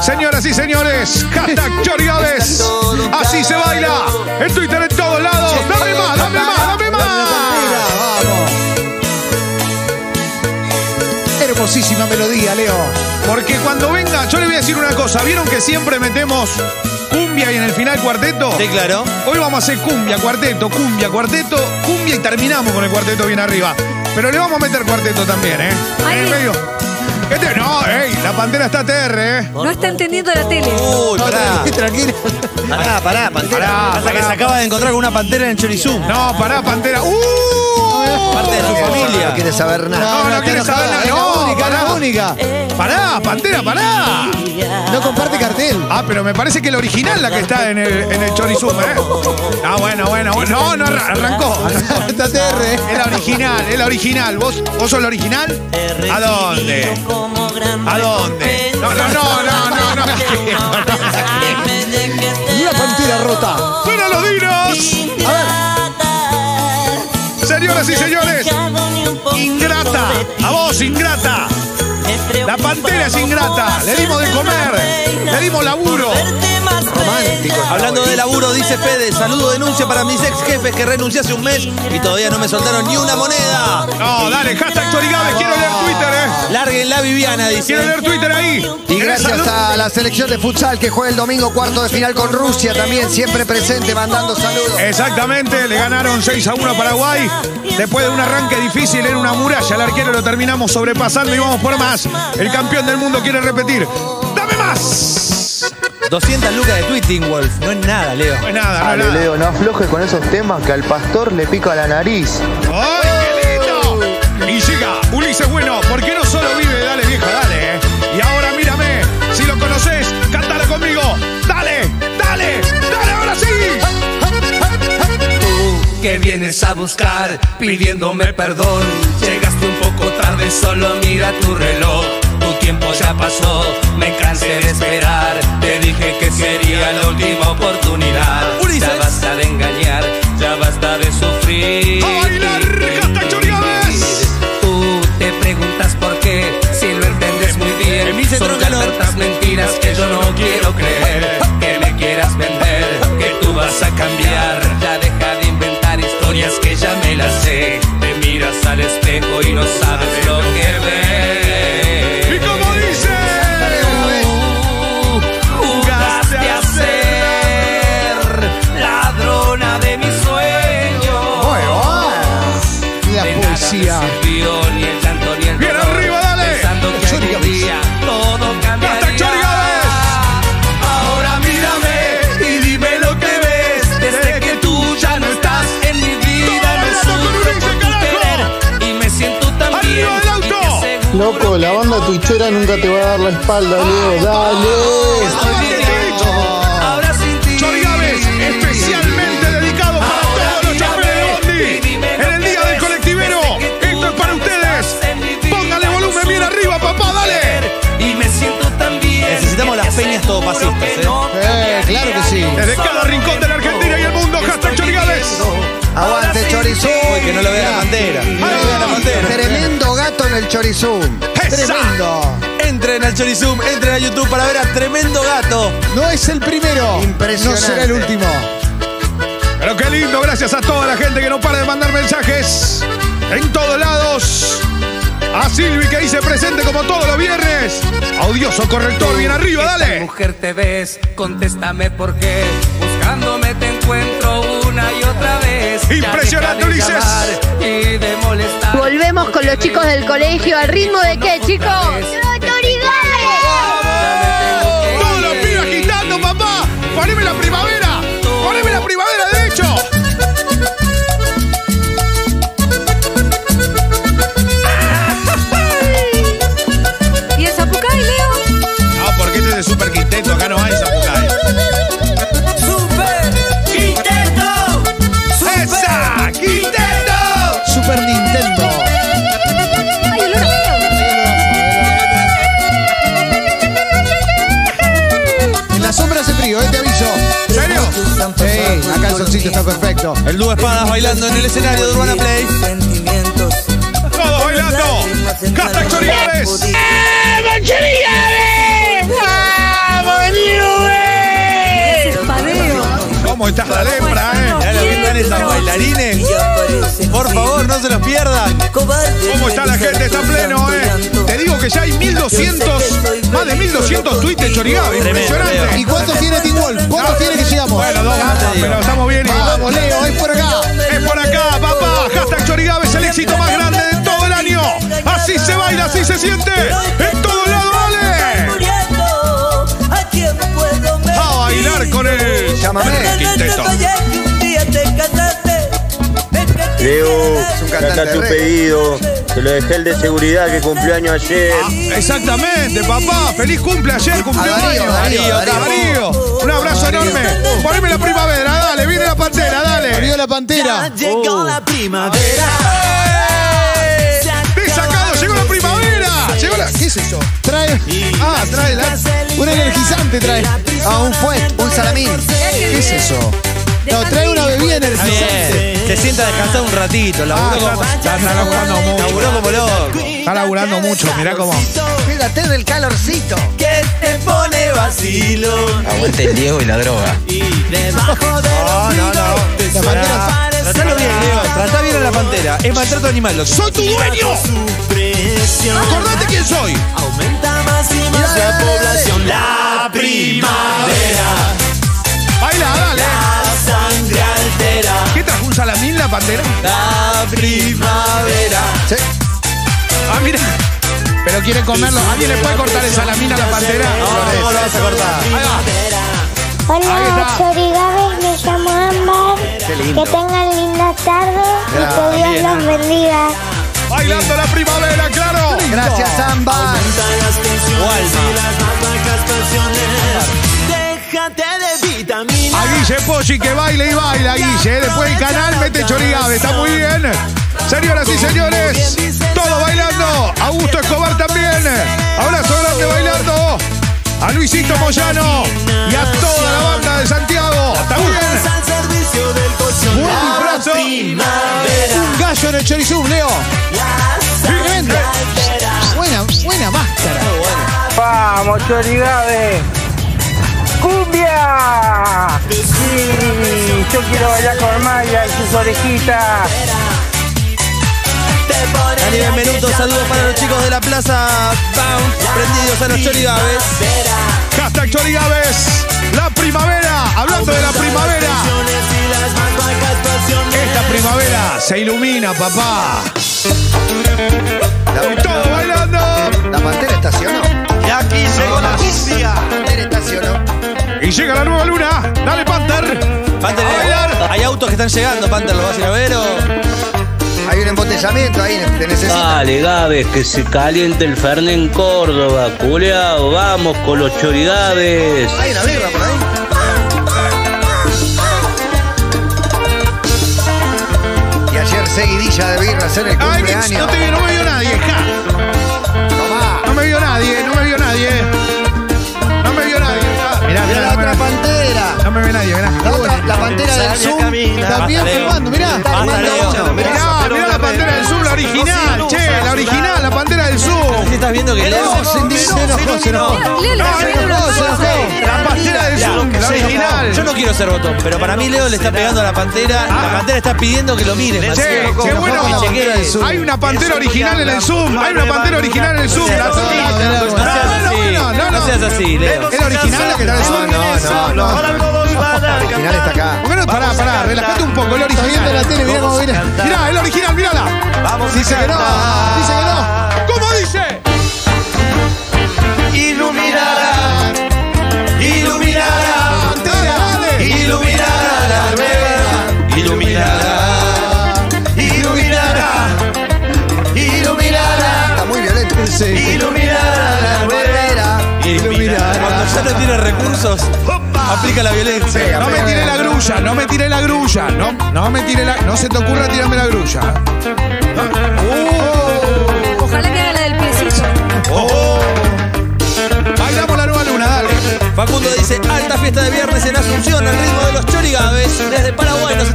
Speaker 6: Señoras y señores, hashtag Chorigaves. Así se baila. En Twitter en todos lados. Dame más, dame más, dame más.
Speaker 3: Hermosísima melodía, Leo.
Speaker 6: Porque cuando venga, yo le voy a decir una cosa. ¿Vieron que siempre metemos cumbia y en el final cuarteto?
Speaker 4: Sí, claro.
Speaker 6: Hoy vamos a hacer cumbia, cuarteto, cumbia, cuarteto, cumbia y terminamos con el cuarteto bien arriba. Pero le vamos a meter cuarteto también, ¿eh? En el
Speaker 5: Ahí.
Speaker 6: medio. Este- no, ey, la pantera está TR, ¿eh?
Speaker 5: No está entendiendo la tele.
Speaker 4: Uy,
Speaker 3: No,
Speaker 4: pará.
Speaker 3: tranquilo.
Speaker 4: Pará, pará, pantera.
Speaker 6: Pará,
Speaker 4: Pasa que
Speaker 6: pará.
Speaker 4: se acaba de encontrar con una pantera en el Chorizum.
Speaker 6: No, pará, pantera. ¡Uh!
Speaker 4: Parte de su
Speaker 2: No
Speaker 4: familia.
Speaker 2: quiere saber nada.
Speaker 6: No, no quiere
Speaker 3: está
Speaker 6: saber
Speaker 3: enojada.
Speaker 6: nada.
Speaker 3: Es
Speaker 6: No,
Speaker 3: la única, es
Speaker 6: pará.
Speaker 3: la única.
Speaker 6: Pará, pantera, pará.
Speaker 3: No comparte cartel.
Speaker 6: Ah, pero me parece que el original la que está en el, en el Chorizum, ¿eh? Ah, bueno, bueno, bueno. No, no, arra- arrancó. arrancó.
Speaker 3: Está TR.
Speaker 6: Es la original, es la original. ¿Vos, vos sos la original? ¿A dónde? ¿A dónde? No, no, no, no, no, no.
Speaker 3: La pantera rota.
Speaker 6: ¡Fuera los dinos!
Speaker 3: A ver,
Speaker 6: Señoras y señores, ingrata. A vos, ingrata. La pantera es ingrata. Le dimos de comer. Le dimos laburo.
Speaker 2: Romántico.
Speaker 4: Hablando de laburo, dice Fede, saludo denuncia para mis ex jefes que renuncié hace un mes y todavía no me soltaron ni una moneda.
Speaker 6: No, dale, hashtag Chorigabe. Quiero leer Twitter, ¿eh?
Speaker 4: Larguenla Viviana,
Speaker 6: Quiero
Speaker 4: dice.
Speaker 6: leer Twitter ahí.
Speaker 2: Y
Speaker 6: ¿Querés
Speaker 2: gracias
Speaker 6: salud?
Speaker 2: a la selección de futsal que juega el domingo cuarto de final con Rusia también, siempre presente, mandando saludos.
Speaker 6: Eh, Exactamente, le ganaron 6 a 1 a Paraguay. Después de un arranque difícil en una muralla, el arquero lo terminamos sobrepasando y vamos por más. El campeón del mundo quiere repetir. ¡Dame más!
Speaker 4: 200 lucas de tweeting, Wolf. No es nada, Leo.
Speaker 6: Pues nada, no es nada.
Speaker 8: no aflojes con esos temas que al pastor le pica la nariz.
Speaker 6: ¡Ay, qué lindo! Y llega Ulises Bueno, porque no solo vive, dale vieja, dale. eh. Y ahora mírame, si lo conoces, cántala conmigo. Dale, dale, dale, ahora sí.
Speaker 1: que vienes a buscar pidiéndome perdón. Llegaste un poco tarde, solo mira tu reloj. Tu tiempo ya pasó, me cansé de esperar. Te dije que sería la última oportunidad.
Speaker 4: Ulises.
Speaker 1: Ya basta de engañar, ya basta de sufrir.
Speaker 6: ¡A bailar! ¡Hashtag Chorigaves!
Speaker 1: Tú te preguntas por qué, si lo entiendes muy
Speaker 4: En mí
Speaker 1: bien.
Speaker 4: se
Speaker 1: Son
Speaker 4: troca, ¿no?
Speaker 1: tantas mentiras que yo no quiero creer. Que me quieras vender, que tú vas a cambiar. Ya deja de inventar historias que ya me las sé. Te miras al espejo y no sabes lo que
Speaker 6: Y
Speaker 1: ves.
Speaker 6: como dice...
Speaker 1: Tú jugaste a ser ladrona de mis sueños.
Speaker 3: la
Speaker 1: De nada
Speaker 3: poesía.
Speaker 1: me sirvió ni el llanto ni el
Speaker 6: Bien
Speaker 1: dolor,
Speaker 6: arriba, dale.
Speaker 1: Pensando que
Speaker 3: Chori
Speaker 1: algún
Speaker 3: Gávez.
Speaker 1: día todo
Speaker 6: Hashtag
Speaker 1: cambiaría.
Speaker 6: Chori Gávez.
Speaker 1: Ahora mírame y dime lo que ves. Desde que tú ya no estás en mi vida, me
Speaker 6: Todo el mundo
Speaker 1: sufro
Speaker 6: con
Speaker 1: por tu
Speaker 6: Ulises,
Speaker 1: querer y me siento tan
Speaker 6: Arriba
Speaker 1: bien.
Speaker 6: el auto.
Speaker 1: y que seguro
Speaker 8: Loco, la banda tuichera nunca te va a dar la espalda, Leo. Dale.
Speaker 1: estoy
Speaker 6: Aguante,
Speaker 1: viviendo
Speaker 6: Twitch.
Speaker 1: ahora sin ti.
Speaker 6: Chori Gávez, especialmente dedicado para todos los choferes de Bondi. En el día del colectivero, esto es para ustedes. Póngale volumen bien arriba, papá, dale.
Speaker 1: Y me siento tan bien.
Speaker 4: Necesitamos las peñas todopasistas, ¿eh?
Speaker 3: Eh, claro que sí.
Speaker 6: Desde cada rincón de la Argentina y el mundo, hashtag Chori Gávez.
Speaker 2: Aguante, Chorizum.
Speaker 4: Uy, que no lo vea la bandera. No lo vea la bandera.
Speaker 2: Tremendo gato en el Chorizum.
Speaker 6: Esa.
Speaker 3: Tremendo.
Speaker 4: Entren al Chorizum, entren a YouTube para ver a tremendo gato.
Speaker 3: No es el primero.
Speaker 2: Impresionante.
Speaker 3: No será el último.
Speaker 6: Pero qué lindo, gracias a toda la gente que no para de mandar mensajes en todos lados. A Silvi que dice presente como todos los viernes. Audioso corrector, bien arriba,
Speaker 1: Esta
Speaker 6: dale.
Speaker 1: mujer te ves, contéstame por qué. Buscándome te encuentro una y otra vez. Ya deja
Speaker 6: Impresionante,
Speaker 1: de
Speaker 6: Ulises.
Speaker 1: llamar Y de molestar.
Speaker 10: Volvemos con los chicos del colegio al ritmo de qué, chicos?
Speaker 1: ¡Autoridades! Ah, este
Speaker 3: eh, eso está perfecto.
Speaker 4: El dúo Espadas bailando en el escenario de Urbana Play.
Speaker 6: ¡Todos bailando! ¡Hashtag Chorigaves!
Speaker 5: Ese espadeo.
Speaker 6: ¿Cómo está la lepra, eh?
Speaker 4: Mirá lo que están esas bailarines. Por favor, no se los pierdan.
Speaker 6: ¿Cómo está la gente? Está pleno, eh. Te digo que ya hay 1200, más de 1200 tweets de Chorigaves.
Speaker 4: Tremendo,
Speaker 6: Impresionante.
Speaker 3: ¿Y cuántos tiene Team Wolf? ¿Cuántos tiene que llegamos?
Speaker 6: Bueno, dos
Speaker 4: Ya
Speaker 6: más,
Speaker 4: te digo.
Speaker 6: pero estamos bien.
Speaker 3: Vamos, Leo, es por acá.
Speaker 6: Es por acá, papá. Hashtag Chorigaves, el éxito más grande de todo el año. Así se baila, así se siente. En todo lado, vale. A bailar con el
Speaker 2: Llámame.
Speaker 6: quinteto.
Speaker 10: Leo,
Speaker 2: un
Speaker 10: acá
Speaker 2: cantante
Speaker 10: está tu
Speaker 2: de reggae.
Speaker 10: pedido. Te lo dejé el de seguridad que cumpleaños ayer.
Speaker 6: Ah,
Speaker 9: Ah.
Speaker 6: Exactamente, papá. Feliz cumple ayer, cumplió
Speaker 2: A Darío,
Speaker 6: años.
Speaker 2: Darío,
Speaker 6: Darío.
Speaker 2: Darío.
Speaker 6: Un abrazo enorme. Poneme la primavera, dale. Viene la pantera,
Speaker 3: Río
Speaker 6: dale. ¡Eh!
Speaker 3: la Pantera.
Speaker 4: Llegó la primavera.
Speaker 6: Desacado, llegó la
Speaker 3: Ah,
Speaker 6: primavera. Llegó la. ¿Qué es eso?
Speaker 3: Trae
Speaker 6: Ah, trae la.
Speaker 3: un energizante, trae.
Speaker 2: Ah, un fuet, un salamín.
Speaker 3: ¿Qué es eso? No, trae una bebida energizante.
Speaker 4: Bien. Se sienta a descansar un ratito. Laburó como.
Speaker 6: Está trabajando
Speaker 4: Laburó
Speaker 6: mucho.
Speaker 4: como loco.
Speaker 6: Está laburando mucho, mirá cómo.
Speaker 2: Cuídate del calorcito.
Speaker 4: Que te pone vacilo.
Speaker 1: Aguante el Diego y la droga.
Speaker 4: Debajo de Ah, no, no, no.
Speaker 3: La Pantera.
Speaker 4: Tratalo bien, Leo. Tratá bien a la pantera. Es maltrato animal. Lo
Speaker 6: ¡Soy tu dueño! ¡Acordate quién soy!
Speaker 4: Aumenta más y más la población. La primavera.
Speaker 6: ¡Baila, dale!
Speaker 4: Sangre altera.
Speaker 6: ¿Qué trajo un salamín la pantera?
Speaker 4: La primavera.
Speaker 6: Ah, mira. Pero quieren comerlo. ¿Alguien le puede cortar el salamín a la pantera?
Speaker 4: No, no lo vas a cortar.
Speaker 6: Ahí va.
Speaker 10: Hola, Chorigabe, me llamo Ámbar. Que tengan linda tarde y que Dios los bendiga.
Speaker 6: Bailando la primavera, claro.
Speaker 2: Gracias, ambas.
Speaker 4: Walma.
Speaker 6: A Guille Poggi que baile y baila, Guille. ¿eh? Después el canal mete chorigabe. Está muy bien. Señoras y señores, todo bailando. Augusto Escobar también. Abrazo grande bailando. A Luisito Moyano y a toda la banda de Santiago. Está muy bien.
Speaker 4: Al servicio del colchón.
Speaker 6: Un abrazo.
Speaker 3: Un gallo en el chorizum, Leo. Tremendo. Buena, buena máscara.
Speaker 7: Vamos, Chorigabe. ¡Cumbia! Sí, yo quiero bailar con Maya y sus orejitas.
Speaker 4: Dani Benvenuto, saludos para los chicos de la plaza Bounce, prendidos a los chorigaves.
Speaker 6: Hashtag Chorigaves. La primavera. Hablando de la primavera. Esta primavera se ilumina, papá. Todo
Speaker 2: La,
Speaker 6: bailando.
Speaker 2: la pantera estacionó.
Speaker 4: Y aquí llegó la cumbia.
Speaker 2: Pantera estacionó.
Speaker 6: Y llega la nueva luna. Dale, Panther.
Speaker 4: Panther, ¿eh?
Speaker 6: a bailar.
Speaker 4: hay autos que están llegando, Panther, ¿lo vas a ir a ver o...?
Speaker 2: Hay un embotellamiento ahí, te
Speaker 4: Ah,
Speaker 2: necesitan.
Speaker 10: Dale, Gabe, que se caliente el Fernet en Córdoba, culeado. Vamos con los Chorigaves.
Speaker 2: Hay una birra por ahí. Y ayer seguidilla de birras en el
Speaker 6: Ay, que- no,
Speaker 2: cumpleaños.
Speaker 6: te vi, no me vio nadie, ja.
Speaker 2: Tomá.
Speaker 6: No me vio nadie, no me vio nadie. No me vio nadie. ja.
Speaker 2: Mirá
Speaker 6: Mirá, mirá,
Speaker 2: la
Speaker 6: no me-
Speaker 2: otra pantera.
Speaker 6: No me vio nadie, mirá.
Speaker 2: La, otra, la pantera del Zoom.
Speaker 3: También filmando, mirá.
Speaker 2: Está armando
Speaker 4: Leo.
Speaker 2: uno.
Speaker 6: Mirá,
Speaker 2: Mirá.
Speaker 6: mirá la pantera del sur, la original, che, la original, la pantera del sur.
Speaker 4: ¿Qué estás viendo que Leo?
Speaker 3: No, se enojó, se enojó, se enojó.
Speaker 5: Leo, Leo le
Speaker 6: No,
Speaker 5: está
Speaker 6: no,
Speaker 5: pegando
Speaker 6: no,
Speaker 5: los
Speaker 6: no,
Speaker 5: ojos.
Speaker 6: no. La pantera del
Speaker 4: Ya,
Speaker 6: sur, la
Speaker 4: sí, Yo
Speaker 6: original.
Speaker 4: no quiero ser botón, pero para mí Leo le está pegando a la pantera. La pantera está pidiendo que lo mires.
Speaker 6: Ah. Che,
Speaker 4: Marcelo.
Speaker 6: qué bueno.
Speaker 4: Que chequee.
Speaker 6: Hay una pantera original en el Zoom. Hay una pantera original en el Zoom. La
Speaker 4: No seas así,
Speaker 6: No, no, no,
Speaker 4: no seas
Speaker 6: no.
Speaker 4: así, Leo.
Speaker 6: ¿Era original la que está en el
Speaker 2: No,
Speaker 6: Zoom?
Speaker 2: no, no. La original está acá.
Speaker 6: ¿Por qué no? Pará, pará, relájate un poco, el original.
Speaker 3: Está viendo la tele, mirá cómo viene.
Speaker 6: Mirá, el original, mírala.
Speaker 4: Vamos a
Speaker 3: Dice que no, dice que no.
Speaker 6: ¿Cómo dice?
Speaker 4: Iluminará, iluminará,
Speaker 6: Dale,
Speaker 4: iluminará la nueva, iluminará, iluminará, iluminará,
Speaker 2: Está muy violento.
Speaker 4: iluminará la
Speaker 2: Barbera.
Speaker 4: iluminará. Cuando ya no tiene recursos, aplica la violencia.
Speaker 6: dale. No me tire la grulla, no me tire la grulla. No, no me tire la. No se te ocurra tirarme la grulla.
Speaker 4: Oh.
Speaker 5: Ojalá que haga la del piecito.
Speaker 6: Oh. Bailamos la nueva luna, dale.
Speaker 4: Facundo dice, alta fiesta de viernes en Asunción al ritmo de los chorigaves desde Paraguay. Nos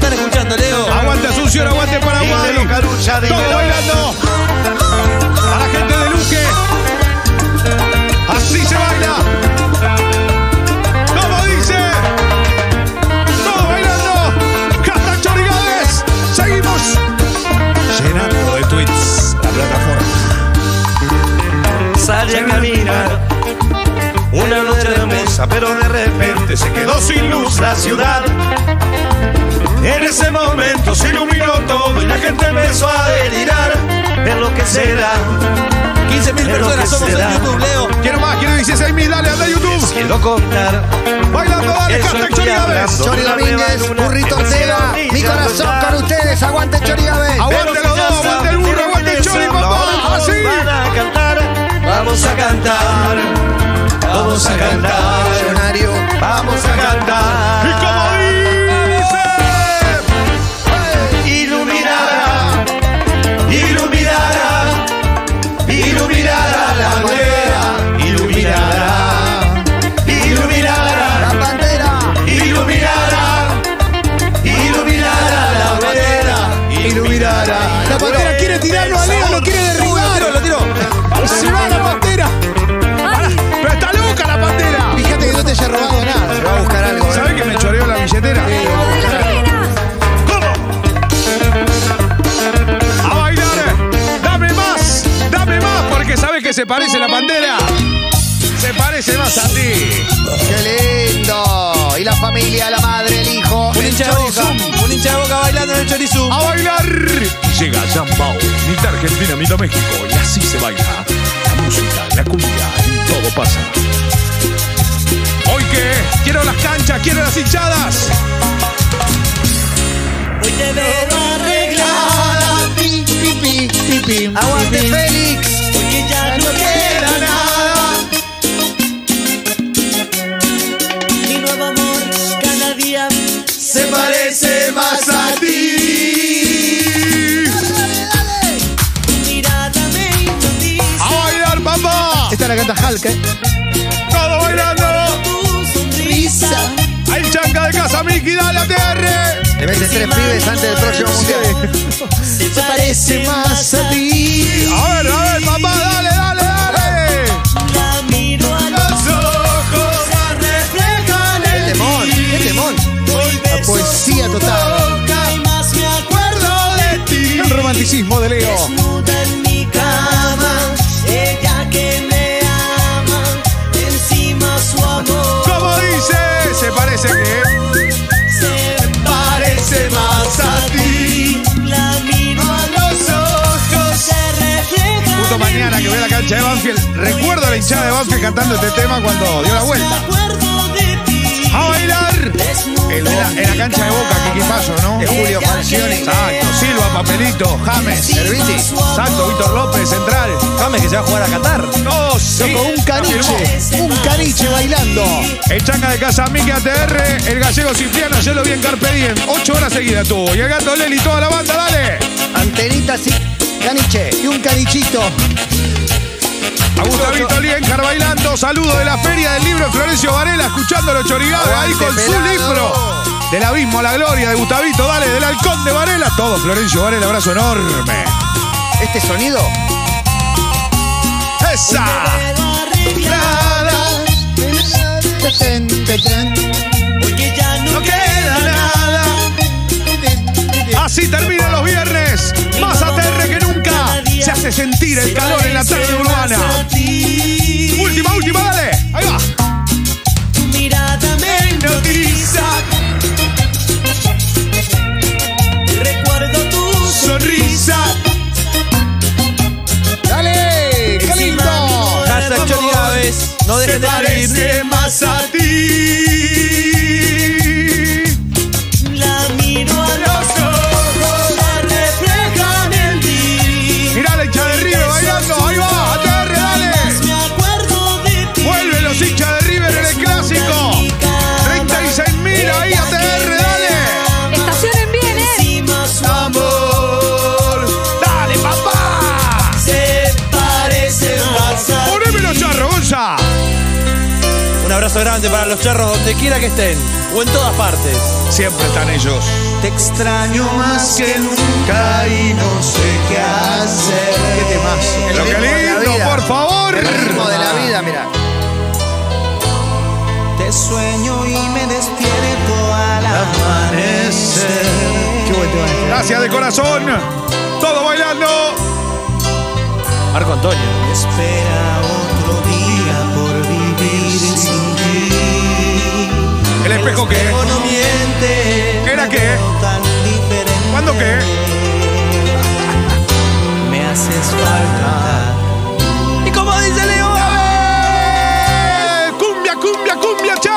Speaker 1: calle caminar. Una noche de mesa, pero de repente se quedó sin luz la ciudad. En ese momento se iluminó todo y la gente empezó a delirar. Es lo que será.
Speaker 4: 15.000
Speaker 1: Pero
Speaker 4: personas
Speaker 1: que
Speaker 4: somos en
Speaker 1: será.
Speaker 4: YouTube, Leo.
Speaker 6: Quiero más, quiero 16 mil, dale, anda a YouTube.
Speaker 1: Quiero contar.
Speaker 6: Bailando, dale, hashtag Chori Gávez.
Speaker 2: Chori Domínguez, Burrito Ortega, mi corazón con ustedes, aguante Chori Gávez.
Speaker 6: Aguante los dos, aguante el burro, aguante el Chori, papá. Así.
Speaker 1: Van a cantar, vamos a cantar, vamos a cantar,
Speaker 2: Millonario.
Speaker 1: vamos a cantar.
Speaker 6: Y como dice.
Speaker 1: iluminará, iluminará, iluminará la bandera, iluminará, iluminará,
Speaker 2: La bandera.
Speaker 1: iluminará, iluminará la bandera, iluminará.
Speaker 3: La pantera quiere tirarlo a Leo, lo quiere derribar.
Speaker 4: Lo tiró, lo tiró.
Speaker 3: Se va la pantera.
Speaker 6: ¡Pero está loca la pantera!
Speaker 3: Fíjate que no te haya robado nada.
Speaker 2: Se va a buscar algo. ¿eh?
Speaker 6: ¿Sabés que me choreó la billetera?
Speaker 5: Lo de la pena.
Speaker 6: ¡A bailar! eh. ¡Dame más! ¡Dame más! Porque sabes que se parece la bandera. Se parece más a ti.
Speaker 2: ¡Qué lindo! Y la familia, la madre, el hijo,
Speaker 4: Un
Speaker 2: el
Speaker 4: hincha de boca,
Speaker 2: chorizo.
Speaker 4: un hincha de boca bailando en el chorizum.
Speaker 6: ¡A bailar! Llega Jambao, mitad Argentina, mitad México. Y así se baila. La música, la cumbia y todo pasa. ¿Hoy qué? Quiero las canchas, quiero las hinchadas.
Speaker 4: Hoy te veo arreglada, pi, pi, pi, pi, pi.
Speaker 2: ¡Aguante Félix!
Speaker 4: Porque ya no queda nada. Mi nuevo amor cada día se parece más a ti. Tu mirada me hipnotiza,
Speaker 6: ¡A bailar, papá!
Speaker 3: Esta la canta Hulk, ¿eh?
Speaker 6: ¡Todo bailando!
Speaker 4: tu sonrisa.
Speaker 6: ¡Al chanca de casa, Miki! ¡Dale a TR!
Speaker 2: Le mete tres pibes antes del próximo mundial.
Speaker 4: Se parece más a ti.
Speaker 6: ¡A ver, a ver, papá! ¡Dale, dale, dale!
Speaker 4: La miro a los ojos, se reflejan
Speaker 2: ¡Qué
Speaker 4: en
Speaker 2: temón! ¡Qué
Speaker 4: ti.
Speaker 2: temón!
Speaker 4: La
Speaker 3: poesía total.
Speaker 4: Y más me acuerdo de ti.
Speaker 6: El romanticismo de Leo.
Speaker 4: Desnuda en mi cama, ella que me ama, encima su amor
Speaker 6: Como dice, se parece que
Speaker 4: se parece más a ti. La miro a los ojos, se refleja.
Speaker 6: justo mañana que voy a la cancha de Banfield. Recuerdo a la hinchada de Banfield cantando este tema cuando dio la
Speaker 4: Me
Speaker 6: vuelta.
Speaker 4: acuerdo de ti.
Speaker 6: ¡A bailar!
Speaker 4: Desnuda
Speaker 6: En la, en la cancha de Boca, qué equipazo, ¿no?
Speaker 2: De Julio Falcioni.
Speaker 6: Exacto, Silva, Papelito, James.
Speaker 2: Serviti.
Speaker 6: Exacto, Víctor López, Central.
Speaker 4: James que se va a jugar a Qatar.
Speaker 6: ¡No! sí,
Speaker 3: Con un
Speaker 6: afirmó.
Speaker 3: caniche. Un caniche bailando.
Speaker 6: El changa de casa Miki ATR, el gallego Cipriano, yo lo vi en Carpe Diem, ocho horas seguidas tuvo. Y el gato Leli, toda la banda, dale.
Speaker 2: Antenitas y caniche.
Speaker 3: Y un canichito.
Speaker 6: A Gustavito Liencar bailando, saludo de la Feria del Libro de Florencio Varela, escuchando los chorigados ahí con su
Speaker 2: pelado.
Speaker 6: libro. Del abismo a la gloria de Gustavito, dale, del halcón de Varela, todo Florencio Varela, abrazo enorme.
Speaker 2: ¿Este sonido?
Speaker 6: ¡Esa!
Speaker 4: Porque ya no,
Speaker 6: No queda nada. Así terminan los viernes. Más ATR que nunca. Se hace sentir el calor en la tarde urbana. Última, última, dale. Ahí va.
Speaker 4: Tu mirada me hipnotiza. Recuerdo tu
Speaker 6: Sonrisa.
Speaker 3: ¡Dale! ¡Qué lindo!
Speaker 4: Hashtag Johnny Gávez. No
Speaker 6: Se
Speaker 4: dejes de salir.
Speaker 6: parece más a ti.
Speaker 4: La miro a los ojos. Se reflejan en ti.
Speaker 6: Mirá la hincha de River bailando. Ahí va. ATR, dale.
Speaker 4: Me acuerdo de ti.
Speaker 6: Vuelve los hinchas de River en el clásico. 36.000 ahí ATR, dale.
Speaker 5: Estacionen bien, ¿eh?
Speaker 4: Encima su
Speaker 6: amor. Dale, papá.
Speaker 4: se parece más a ti.
Speaker 6: Poneme los charros, Gonza.
Speaker 4: Un abrazo grande para los charros donde quiera que estén o en todas partes.
Speaker 6: Siempre están ellos.
Speaker 4: Te extraño más que nunca y no sé qué hacer.
Speaker 2: ¿Qué temazo? El
Speaker 6: Pero qué
Speaker 2: ritmo de la
Speaker 6: lindo,
Speaker 2: vida.
Speaker 6: por favor.
Speaker 2: El ritmo de la vida, mira.
Speaker 4: Te sueño y me despierto al amanecer.
Speaker 3: Qué buen tema este.
Speaker 6: Gracias de corazón. Todo bailando.
Speaker 4: Marco Antonio. Espera otro Oh,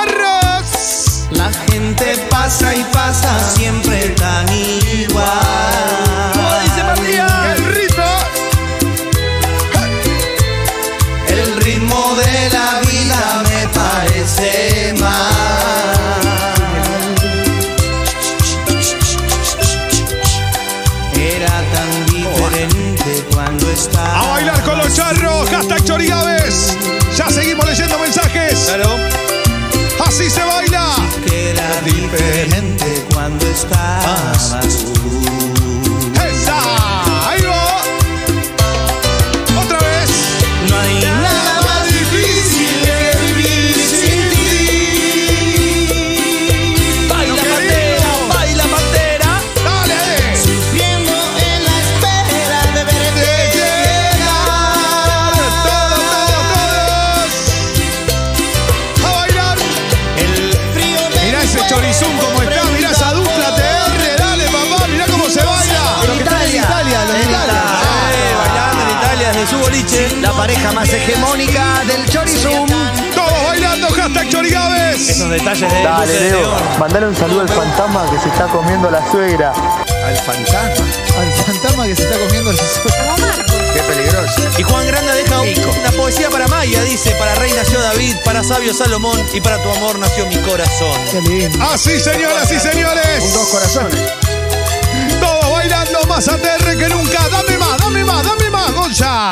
Speaker 2: Ah.
Speaker 6: Eh,
Speaker 1: ritmo de la vida me parece mal. Era tan diferente cuando estaba.
Speaker 6: A bailar con los charros, hashtag Chorigaves. Ya seguimos leyendo mensajes.
Speaker 4: Claro.
Speaker 6: Así se baila.
Speaker 1: Era diferente cuando
Speaker 6: Ah.
Speaker 1: estabas tú.
Speaker 6: Esa. Ahí va. Otra vez.
Speaker 1: No hay nada más difícil que vivir sin ti.
Speaker 4: Baila pantera, baila pantera.
Speaker 6: Dale.
Speaker 1: Sufriendo en la espera de verte
Speaker 6: Todos,
Speaker 1: llegar.
Speaker 6: todos, todos. A bailar.
Speaker 1: El frío de
Speaker 6: Mirá ese chorizum como está. Mirá esa dupla TR. Dale, papá. Mirá cómo se baila.
Speaker 3: Los que están en Italia, Ah. los de Italia.
Speaker 4: Eh, bailando en Italia desde su boliche.
Speaker 2: La pareja más hegemónica del Chorizum.
Speaker 6: Todos bailando. Hashtag Chorigaves.
Speaker 4: Esos detalles de luces de neón.
Speaker 8: Mandale un saludo al fantasma que se está comiendo la suegra.
Speaker 2: Al fantasma.
Speaker 3: Al fantasma que se está comiendo el suelo.
Speaker 2: Qué peligroso.
Speaker 4: Y Juan Granda deja un- una poesía para Maya, dice, para Rey nació David, para Sabio Salomón y para tu amor nació mi corazón.
Speaker 3: Qué lindo.
Speaker 6: Así, señoras y señores.
Speaker 2: Dos corazones.
Speaker 6: Todos bailando más ATR que nunca. Dame más, dame más, dame más, Gonza.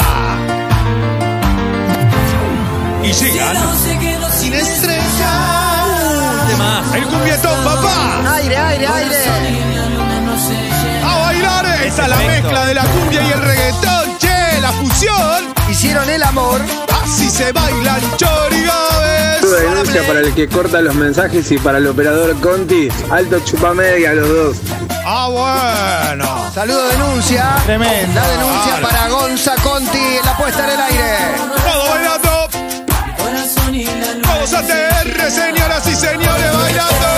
Speaker 6: Y llegan
Speaker 4: Sin estrella. Temazo.
Speaker 6: el cumbietón, papá.
Speaker 2: Aire, aire, aire.
Speaker 6: A bailar. Esa es la
Speaker 4: Perfecto.
Speaker 6: mezcla de la cumbia y el reggaetón. Che, la fusión.
Speaker 2: Hicieron el amor.
Speaker 6: Así se bailan chorigaves.
Speaker 8: denuncia para el que corta los mensajes y para el operador Conti. Alto chupamedia los dos.
Speaker 6: Ah, bueno.
Speaker 2: Saludo denuncia.
Speaker 6: Tremendo.
Speaker 2: La denuncia
Speaker 6: Claro.
Speaker 2: para Gonza Conti en la puesta en el aire.
Speaker 6: Todos bailando. Todos ATR, señoras y señores, bailando.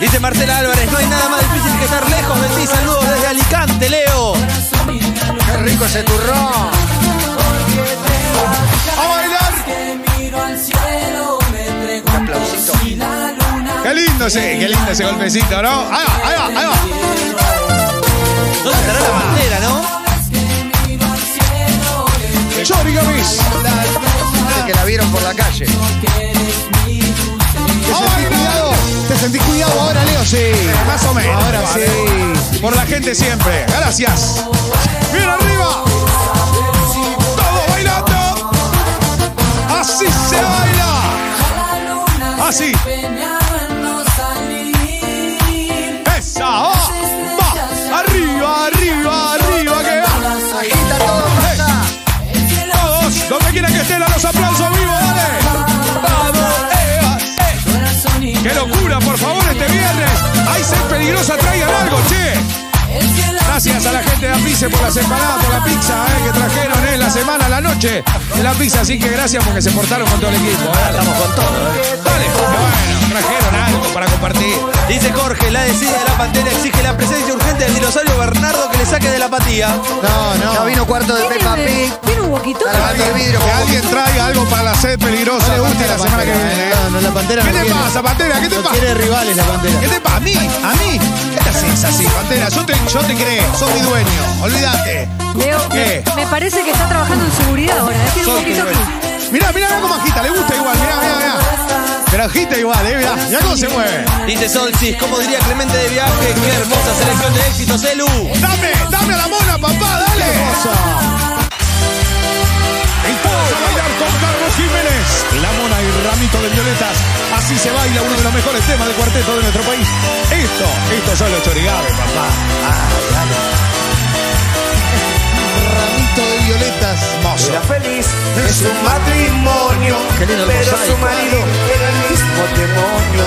Speaker 4: Dice Marcela Álvarez, no hay nada más difícil que estar lejos de ti. Saludos desde Alicante, Leo.
Speaker 2: Qué rico ese turrón.
Speaker 6: A bailar.
Speaker 2: Aplausito.
Speaker 6: Qué lindo ese, qué lindo ese golpecito, ¿no? Ahí va, ahí va, ahí va.
Speaker 4: ¿Dónde estará la bandera, no?
Speaker 6: Chorigamis.
Speaker 2: Parece que la vieron por la calle.
Speaker 6: A bailar.
Speaker 3: Te sentís cuidado ahora, Leo, sí.
Speaker 6: Más o menos.
Speaker 3: Ahora sí.
Speaker 6: Por la gente siempre. Gracias. Bien arriba. Todos bailando. Así se baila. Así. Esa. Va. Va. Arriba, arriba, arriba. Que va. Eh.
Speaker 2: Agita todo pasa.
Speaker 6: Todos. Donde quiera que estén, a los aplausos vivos. Dale. Vamos. eh, eh. Qué locura, por favor, este viernes. Ahí ser peligrosa, traigan algo, che. Gracias a la gente de Apice por las empanadas, por la pizza eh, que trajeron eh, la semana, la noche de la pizza. Así que gracias porque se portaron con todo el equipo. Estamos con todo. eh. Dale, bueno, trajeron algo para compartir.
Speaker 4: Dice Jorge, la decida de la pantera exige la presencia urgente del dinosaurio Bernardo que le saque de la apatía.
Speaker 6: No, no.
Speaker 2: Ya vino cuarto de Peppa Pig.
Speaker 5: Tiene un boquito.
Speaker 2: Está lavando el vidrio.
Speaker 6: Que alguien traiga algo para la sed peligrosa.
Speaker 3: No le gusta
Speaker 6: Pantera,
Speaker 3: la semana que viene. No, no, la Pantera
Speaker 6: eh. ¿Qué
Speaker 3: no
Speaker 6: te
Speaker 3: quiere.
Speaker 6: pasa, Pantera? ¿Qué te
Speaker 3: No
Speaker 6: pasa?
Speaker 3: tiene rivales la Pantera.
Speaker 6: ¿Qué te pasa? ¿A mí? ¿A mí? ¿Qué te haces así, Pantera? Yo te, yo te creo, sos mi dueño. Olvídate.
Speaker 5: Leo,
Speaker 6: ¿Qué?
Speaker 5: me parece que está trabajando en seguridad ahora. ¿eh? Tiene un
Speaker 6: Soy
Speaker 5: poquito
Speaker 6: Teruel.
Speaker 5: aquí.
Speaker 6: Mirá, mirá, mirá cómo agita, le gusta igual, mirá, mirá, mirá. Pero agita igual, eh, mirá, mirá cómo se mueve.
Speaker 4: Dice Solsis, como diría Clemente de viaje, qué hermosa selección de éxitos, Elu.
Speaker 6: Dame, dame a la mona, papá, dale. Y todos a bailar con Carlos Jiménez. La mona y ramito de violetas. Así se baila uno de los mejores temas del cuarteto de nuestro país. Esto, esto son los chorigaves, papá.
Speaker 3: Ramito de violetas.
Speaker 6: Hermoso.
Speaker 1: feliz es su matrimonio,
Speaker 2: Qué lindo el
Speaker 1: pero
Speaker 2: mosaico.
Speaker 1: su marido
Speaker 6: ¿eh?
Speaker 1: era el mismo demonio.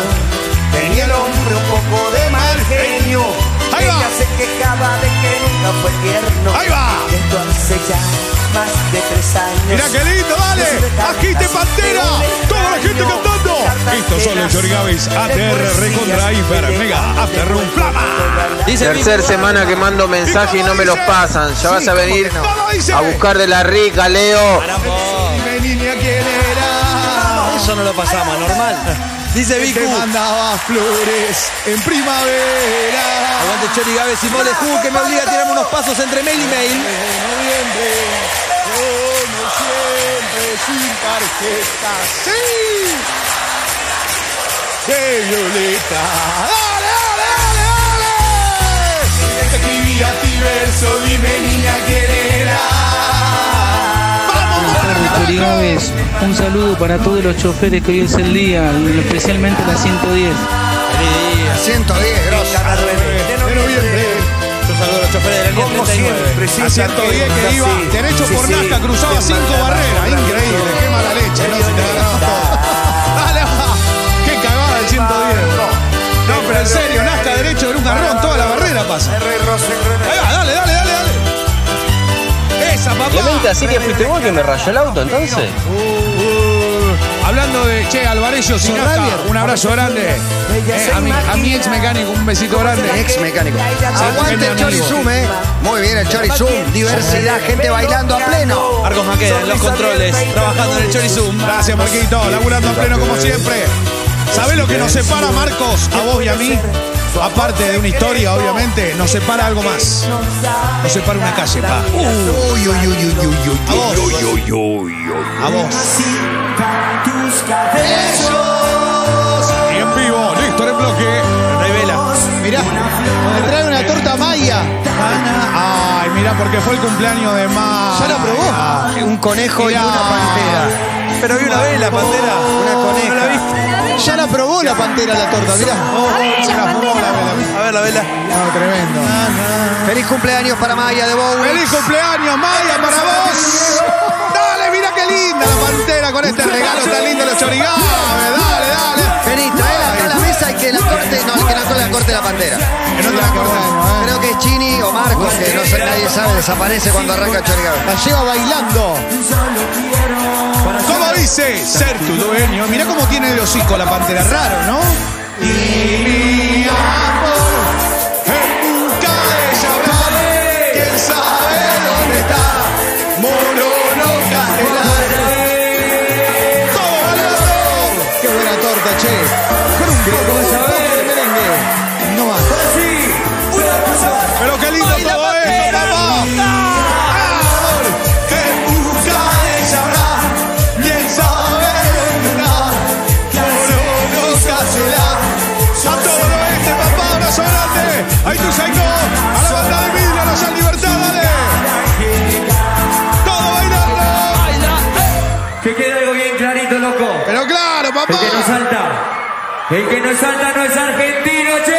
Speaker 1: Tenía el hombre un poco de mal genio.
Speaker 6: Ahí va.
Speaker 1: Ella se quejaba de que nunca fue tierno.
Speaker 6: Ahí va.
Speaker 1: Y entonces ya más de tres años.
Speaker 6: Mirá qué lindo, dale. Agite pantera. Toda la gente cantando. Estos son los chorigaves. ATR, recontra, hiper, mega, after, un flama.
Speaker 4: Dice
Speaker 8: Tercer
Speaker 4: Pipo-
Speaker 8: semana que mando mensajes y no me los pasan. Ya vas a venir
Speaker 6: ¿Cómo dice?
Speaker 8: a buscar de la rica, Leo.
Speaker 6: Dime, niña, quién era.
Speaker 4: Eso no lo pasamos, normal. Dice
Speaker 6: Que te
Speaker 4: Vicu,
Speaker 6: mandaba flores en primavera.
Speaker 4: Aguante Chori Gávez y Mole Ju, que me obliga a tirarme unos pasos entre mail y mail.
Speaker 6: En noviembre. Yo no
Speaker 11: sin tarjeta, sí. De Violeta. ¡Dale, dale, dale, dale! Te escribí a ti verso, dime niña quién era. ¡Vamos, vamos!
Speaker 12: Chorigaves, un saludo para todos los choferes que hoy es el día, y especialmente la 110.
Speaker 2: 110, grosso.
Speaker 11: de noviembre.
Speaker 4: Yo saludo a los choferes de la línea 39.
Speaker 6: A 110 que iba derecho por Nazca, cruzaba cinco barreras. Increíble, qué mala leche, ¿no? Se te agarraba todo. Dale, va. Qué cagada el 110. No, pero en serio, Nazca derecho en un garrón, toda la barrera pasa. Ahí va, dale, dale, dale, dale. Esa,
Speaker 13: Clemente,
Speaker 6: papá.
Speaker 13: así que fuiste vos que me rayó el auto entonces.
Speaker 6: Uh, hablando de Che Alvarello Sinasta, un abrazo grande. Eh, a, mi, a mi ex mecánico, un besito grande.
Speaker 2: Ex mecánico. Aguante el Chorizum, eh. Muy bien el Chorizum. Diversidad, gente bailando a pleno.
Speaker 4: Marcos Maqueda en los controles, trabajando en el Chorizum.
Speaker 6: Gracias, Marquito. Laburando a pleno como siempre. ¿Sabés lo que nos separa, Marcos, a vos y a mí? Aparte de una historia, obviamente, nos separa algo más. Nos separa una calle, pa.
Speaker 4: Uh,
Speaker 2: Uy, uy, uy, uy, uy, uy.
Speaker 6: A vos. A vos. Y en vivo, Néstor en bloque.
Speaker 4: Revela.
Speaker 3: Mirá, me trae una torta maya.
Speaker 6: Ana. Ay, mirá, porque fue el cumpleaños de más.
Speaker 3: ¿Ya la probó?
Speaker 2: Un conejo y
Speaker 6: Mirá.
Speaker 2: una pantera.
Speaker 4: Pero vi una vela, pantera.
Speaker 2: Una
Speaker 4: ¿No la
Speaker 2: coneja.
Speaker 4: viste?
Speaker 3: Ya la probó la pantera la torta, mirá.
Speaker 4: A ver la vela.
Speaker 3: No, tremendo.
Speaker 2: Feliz cumpleaños para Maya de Bowie.
Speaker 6: ¡Feliz cumpleaños, Maya, para vos! ¡Dale, mira qué linda la pantera con este regalo tan lindo de los chorigaves! ¡Dale, dale!
Speaker 2: Vení, traela acá a la mesa y que la corte, no, que la, la corte la pantera.
Speaker 6: Que no te la ¿eh? cortes.
Speaker 2: Creo que es Chini o Marcos, que no sé, nadie sabe, desaparece cuando arranca Chorigabe.
Speaker 3: La lleva bailando.
Speaker 6: ¿Cómo dice? Ser tu dueño. Mirá cómo tiene el hocico la pantera. Raro, ¿no? Y mi amor, en busca de llamar, quién sabe dónde está. Moro loca de la- Todo, vale,
Speaker 3: Qué buena torta, che. Con un poco, un
Speaker 6: eh.
Speaker 3: poco de merengue. No más.
Speaker 6: todo. Pero qué lindo todo esto, papá.
Speaker 11: Que busca ella habrá, bien sabe dónde está. Pero no
Speaker 6: A todo lo este, papá, abrazo grande. Ahí tu seco, a la banda de Milo, a los al libertad, dale. Todo bailando.
Speaker 7: Que quede algo bien clarito, loco.
Speaker 6: Pero claro,
Speaker 7: El que no
Speaker 6: papá.
Speaker 7: salta. El que no salta no es argentino, che.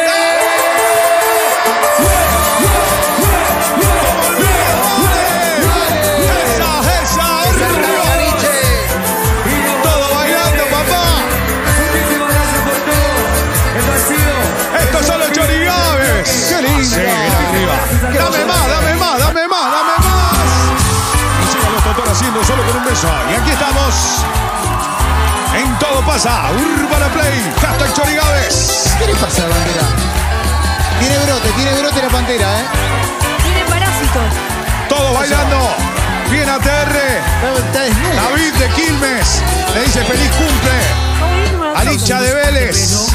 Speaker 6: Eh, Esa, esa, es el río. Todo bailando, papá.
Speaker 7: Muchísimas gracias por todo. Esto ha sido.
Speaker 6: Estos son los chorigaves. Qué lindo. arriba. Dame más, dame más, dame más, dame más. Y sigan los Totor haciendo solo con un beso. Y aquí estamos. En todo pasa. Urbana Play. Hashtag chorigaves.
Speaker 3: ¿Qué le pasa a la pantera? Tiene brote, tiene brote la pantera, ¿eh?
Speaker 5: Tiene parásitos.
Speaker 6: Todos bailando. Bien ATR.
Speaker 3: Está- Está desnudo.
Speaker 6: David de Quilmes le dice feliz cumple a Licha de Vélez,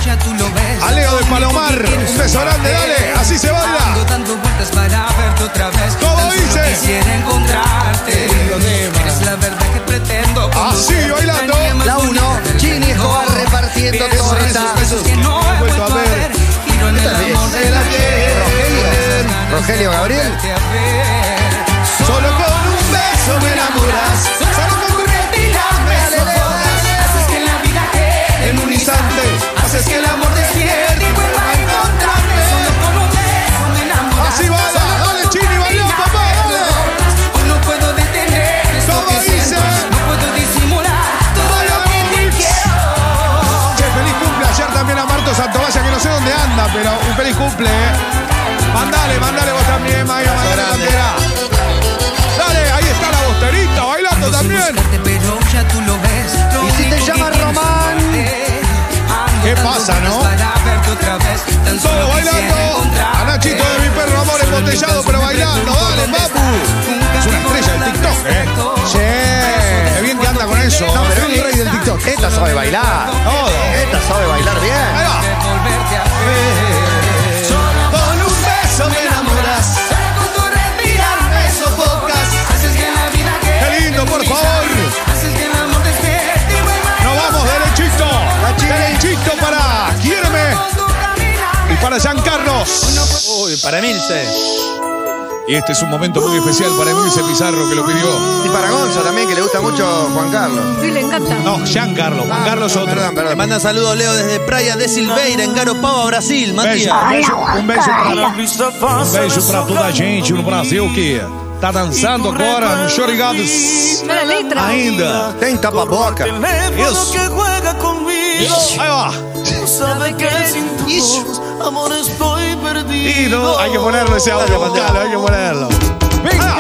Speaker 6: a Leo de Palomar, un beso grande, dale, así se baila.
Speaker 1: Dando vueltas para verte otra vez.
Speaker 6: ¿Cómo
Speaker 1: Tan solo
Speaker 6: dice?
Speaker 1: Quisiera encontrarte. Eres la verdad que pretendo. con
Speaker 6: Así,
Speaker 1: tu cuerpo
Speaker 6: Ah, bailando.
Speaker 1: tan más
Speaker 2: La uno,
Speaker 1: bonita del
Speaker 2: Chini Escobar
Speaker 1: mundo.
Speaker 2: repartiendo
Speaker 1: Besos,
Speaker 2: torta.
Speaker 1: besos, besos que no he vuelto a ver. Giro en el amor de la
Speaker 2: Rogelio. Rogelio Gabriel.
Speaker 1: Volverte a ver.
Speaker 6: Solo con un beso me enamoras, solo con tu retina me alejas.
Speaker 1: Haces que la vida quede
Speaker 6: En un instante haces que el amor despierte y vuelva a
Speaker 1: solo
Speaker 6: encontrarme.
Speaker 1: con un beso me enamoras.
Speaker 6: Así baila, dale Chini, bailó papá, dale.
Speaker 1: Hoy no puedo detener esto
Speaker 6: ¿Cómo
Speaker 1: que
Speaker 6: dice?
Speaker 1: siento. No puedo disimular todo lo que te quiero.
Speaker 6: Che, feliz cumple ayer también a Marto Santovalla, que no sé dónde anda, pero un feliz cumple, eh. Mandale, mandale vos también, Maya, mandale bandera. Dale, ahí está la bosterita bailando también.
Speaker 1: Pero ya tú lo ves.
Speaker 2: Y si te llama Román.
Speaker 6: ¿Qué pasa, no? Todo bailando. A Nachito de mi perro amor embotellado, pero bailando. Dale, papu. Es una estrella del TikTok, eh. Che, qué bien que anda con eso.
Speaker 2: No, pero
Speaker 6: Es el rey del TikTok.
Speaker 2: Esta sabe bailar.
Speaker 6: Todo.
Speaker 2: Esta sabe bailar bien.
Speaker 6: Ahí va.
Speaker 1: Volverte a ver.
Speaker 6: Con un beso me enamoras.
Speaker 1: Solo con tu respirar me sofocas. Haces que la vida quede
Speaker 6: Qué lindo, por favor.
Speaker 1: Haces que el amor
Speaker 2: este
Speaker 6: para Giancarlos.
Speaker 4: Uy, para Emilce.
Speaker 6: Y este es un momento muy especial para Emilce Pizarro que lo pidió.
Speaker 14: Y para Gonza también, que le gusta mucho Juan Carlos.
Speaker 5: Sí, le encanta.
Speaker 6: No, Giancarlos.
Speaker 2: Ah,
Speaker 6: Juan Carlos otro.
Speaker 4: Le manda saludos Leo desde Praia de Silveira, en Garopaba, Brasil.
Speaker 6: Beijo,
Speaker 4: Matías.
Speaker 6: um beijo, um beijo pra, um beijo pra toda a gente no Brasil que tá dançando agora no Chorigados
Speaker 5: Mira la letra.
Speaker 6: ainda.
Speaker 14: Tem tapa-boca.
Speaker 6: Isso. Isso. Aí, ó. E não, hay que ponerlo esse áudio, Gonzalo, hay que ponerlo.
Speaker 3: ¡Venga!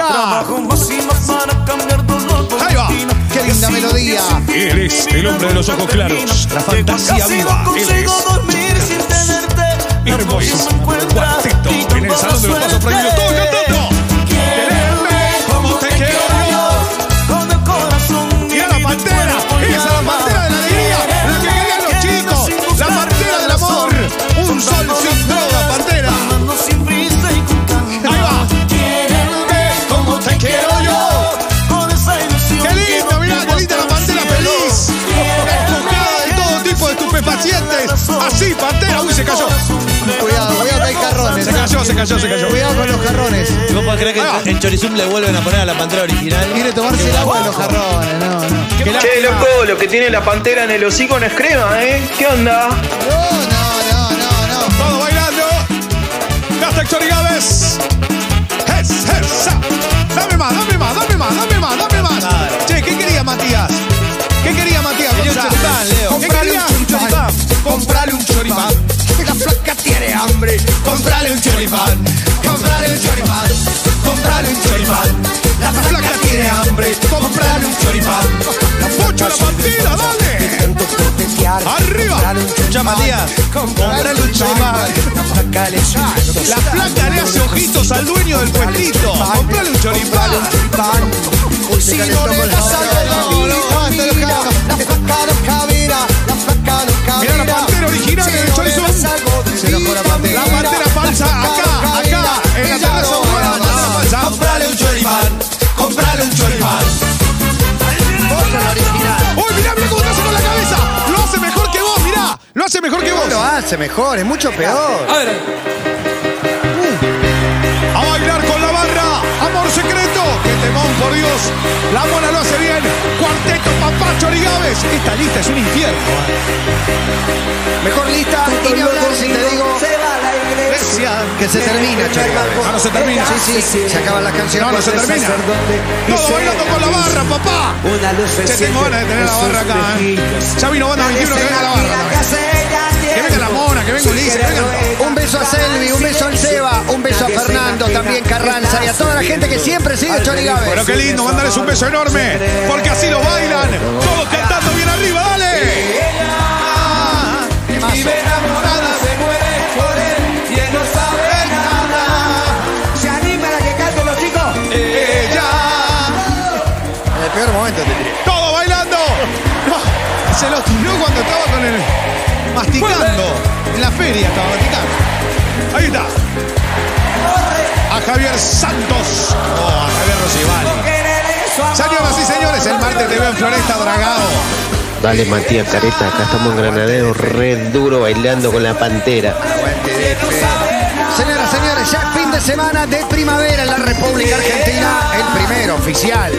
Speaker 6: Ahí va.
Speaker 3: ¡Qué linda melodía!
Speaker 6: Eres el hombre de los ojos claros, la fantasía viva. Eres hermoso. Cuarteto en el salón de los pasos prohibidos. Todos cantando. Quererme como te quiero yo. Mira la pantera. Esa es la pantera de la alegría. La que querían los chicos. La pantera del amor. Un sol sin droga, pantera. Ahí va. Quererme como te quiero yo. ¡Qué lindo! Mirá, qué linda la pantera feliz. Escojada de todo tipo de estupefacientes. Así, pantera. Uy, se cayó.
Speaker 3: Cuidado, cuidado que hay carrones.
Speaker 6: Se cayó, se cayó, se cayó.
Speaker 3: Cuidado con los carrones.
Speaker 4: ¿Vos podés creer que
Speaker 6: Ah.
Speaker 4: en Chorizum le vuelven a poner a la pantera original?
Speaker 3: Quiere tomarse el agua de los jarrones, no, no.
Speaker 6: Qué
Speaker 13: Che,
Speaker 6: lástima.
Speaker 13: loco, lo que tiene la pantera en el hocico no es crema, ¿eh? ¿Qué onda?
Speaker 3: No, no, no, no, no.
Speaker 6: Todo bailando. Hashtag Chorigaves. Es, esa. Dame más, dame más, dame más, dame más, dame más. Che, ¿qué quería Matías? ¿Qué quería Matías?
Speaker 4: Quería un
Speaker 6: Gonzalo?
Speaker 4: choripán, Leo.
Speaker 6: ¿Qué
Speaker 4: Comprale
Speaker 6: quería?
Speaker 4: un choripán.
Speaker 6: Comprale un choripán.
Speaker 11: La flaca tiene hambre, comprale un choripán, comprale un choripán, comprale un choripán. La flaca tiene hambre, comprale un choripán.
Speaker 6: Mucho la partida, dale.
Speaker 11: Tanto potenciar,
Speaker 6: Arriba.
Speaker 11: comprale un choripán,
Speaker 4: Ya, Matías.
Speaker 11: comprale un choripán. La flaca le saca,
Speaker 6: La placa le hace ojitos al dueño del puestito. Comprale un choripán.
Speaker 11: comprale un choripán. Si no le das algo a la
Speaker 3: No, no, esto lo
Speaker 11: vida,
Speaker 3: cagaron.
Speaker 11: la flaca no cabira, la flaca no cabira.
Speaker 6: Mirá la pantera original
Speaker 11: Si
Speaker 6: del
Speaker 11: no le
Speaker 6: Chorizum.
Speaker 11: das algo de
Speaker 3: Se nos fue la
Speaker 11: vida,
Speaker 3: pantera.
Speaker 6: La pantera falsa acá, acá, en la terraza humana, la pantera falsa.
Speaker 11: Comprale un choripán, comprale un choripán.
Speaker 6: ¡Uy, mirá, mirá cómo te hace con la cabeza! ¡Lo hace mejor que vos, mirá! ¡Lo hace mejor que vos!
Speaker 14: No lo hace mejor, es mucho peor.
Speaker 6: Uh. a bailar con la barra. Amor secreto, que temón por Dios. La mona lo hace bien. Cuarteto, papá, chorigaves. Esta lista es un infierno.
Speaker 14: Mejor lista y ni hablar si te digo que se termina, Chorigaves.
Speaker 6: Ah, no se termina.
Speaker 14: Sí, sí, se acaban las canciones.
Speaker 6: No, no se termina. Todo bailando con la barra, papá.
Speaker 7: Una luz
Speaker 6: Ya tengo ganas de tener la barra acá. ¿eh? Ya vino banda 21 que venga la barra. también. Que venga la mona, que venga Ulises, que venga.
Speaker 14: Un beso a Selvi, un beso al Seba, un beso a Fernando, también Carranza y a toda la gente que siempre sigue
Speaker 6: Pero
Speaker 14: Chorigaves.
Speaker 6: qué lindo, mandarles un beso enorme. Porque así lo bailan. Todos cantando bien arriba, dale.
Speaker 14: Temazo.
Speaker 6: enamorada se muere por él y él no sabe nada.
Speaker 7: Se anima la que canten los chicos.
Speaker 6: Eh, Ella.
Speaker 14: En el peor momento te diría.
Speaker 6: Todo bailando. No, Ah, se los tiró cuando estaba con el. masticando. En la feria estaba masticando. Ahí está. A Javier Santos. Oh, a Javier Rosivali. Señoras y señores, el martes te veo en Floresta Dragado.
Speaker 9: Dale, Matías Careta, acá estamos en Granadero, re duro bailando con la pantera.
Speaker 14: Señoras, señores, ya es fin de semana de primavera en la República Argentina, el primero oficial.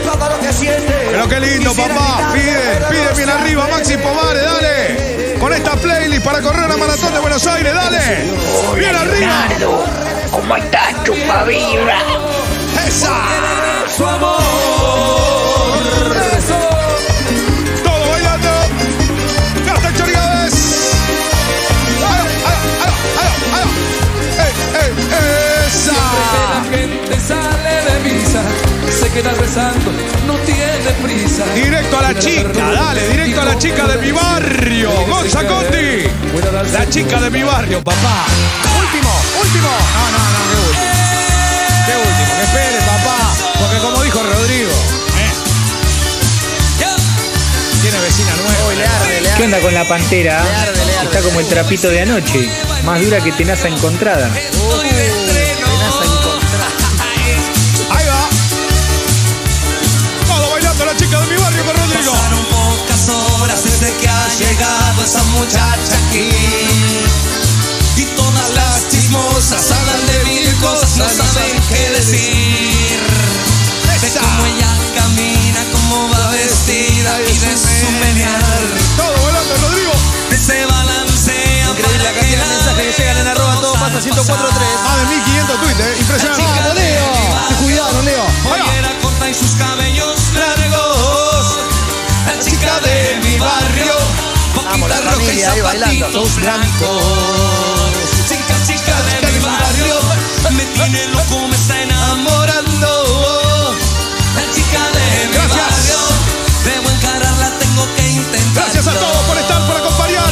Speaker 6: Pero qué lindo, papá. Pide, pide bien arriba, Maxi Pomare, dale. Con esta playlist para correr la maratón de Buenos Aires, dale. Bien arriba.
Speaker 7: ¿Cómo estás, chupavibra?
Speaker 6: Esa.
Speaker 7: Su amor.
Speaker 6: Todo bailando. Hasta Chorigades. Aló, aló, aló, aló, aló. Ey, ey, esa.
Speaker 12: gente sale de misa, se queda rezando, no tiene prisa.
Speaker 6: Directo a la chica, dale, directo a la chica de mi barrio, Gonza Conti. La chica de mi barrio, papá. Último, último. No, no, no, qué último. Qué último, que espere, papá. Porque como dijo Rodrigo, ¿eh? tiene vecina nueva.
Speaker 12: ¿Qué onda con la pantera? Está como el trapito de anoche, más dura que tenaza encontrada.
Speaker 6: Ahí va. Todo bailando la chica de mi barrio con Rodrigo.
Speaker 1: Pasaron pocas horas desde que ha llegado esa muchacha aquí. Y todas las saben qué decir. Ve cómo ella camina, cómo va vestida y de su menear.
Speaker 6: Todo volando, Rodrigo.
Speaker 1: Se balancea
Speaker 4: Increíble la cantidad de mensajes que llegan en arroba todo pasa 1043.
Speaker 6: Más de 1500 tweets, eh. impresionante.
Speaker 4: ¡Vamos, Leo! Te cuidaron, Leo.
Speaker 1: Pollera corta y sus cabellos largos. La chica de mi barrio.
Speaker 14: Vamos, la
Speaker 1: Poquita roja y
Speaker 14: familia ahí bailando.
Speaker 1: zapatitos blancos. Chica, chica de mi barrio. Me tiene loco, me está enamorando. La chica de mi
Speaker 6: Gracias.
Speaker 1: barrio. Debo encararla, tengo que intentar.
Speaker 6: Gracias a todos por estar, por acompañar.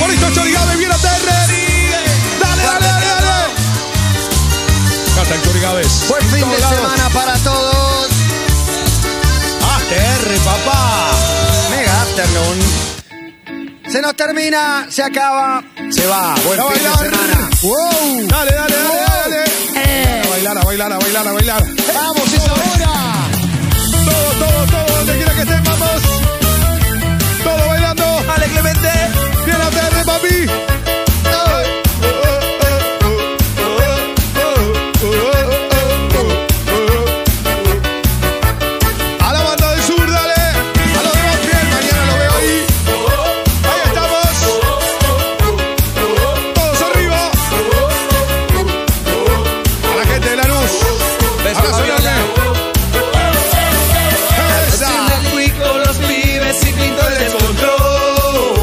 Speaker 6: Por esto, Chorigabe, bien a Dale, dale, dale, dale. Canta el Chorigabes.
Speaker 2: Buen
Speaker 6: En
Speaker 2: fin
Speaker 6: todos
Speaker 2: de
Speaker 6: lados.
Speaker 2: semana para todos.
Speaker 6: ATR, papá.
Speaker 2: Mega afternoon. Se nos termina, se acaba, se va. Buen
Speaker 6: A
Speaker 2: fin de
Speaker 6: bailar.
Speaker 2: semana. ¡Wow!
Speaker 6: Dale, dale, dale, dale. A bailar, a bailar, a bailar, a bailar.
Speaker 2: Eh. ¡Vamos, es ahora!
Speaker 6: Todo, todo, todo, donde quiera que estén, vamos. Todo bailando.
Speaker 4: Ale Clemente.
Speaker 6: Bien ATR, papi. A la banda del sur, dale. A los demás, bien. Mañana lo veo ahí. Ahí estamos. Todos arriba. A la gente de la luz.
Speaker 4: Besos, Fabiola.
Speaker 6: Esa.
Speaker 4: Haciendo clic con los pibes y pinto el descontrol.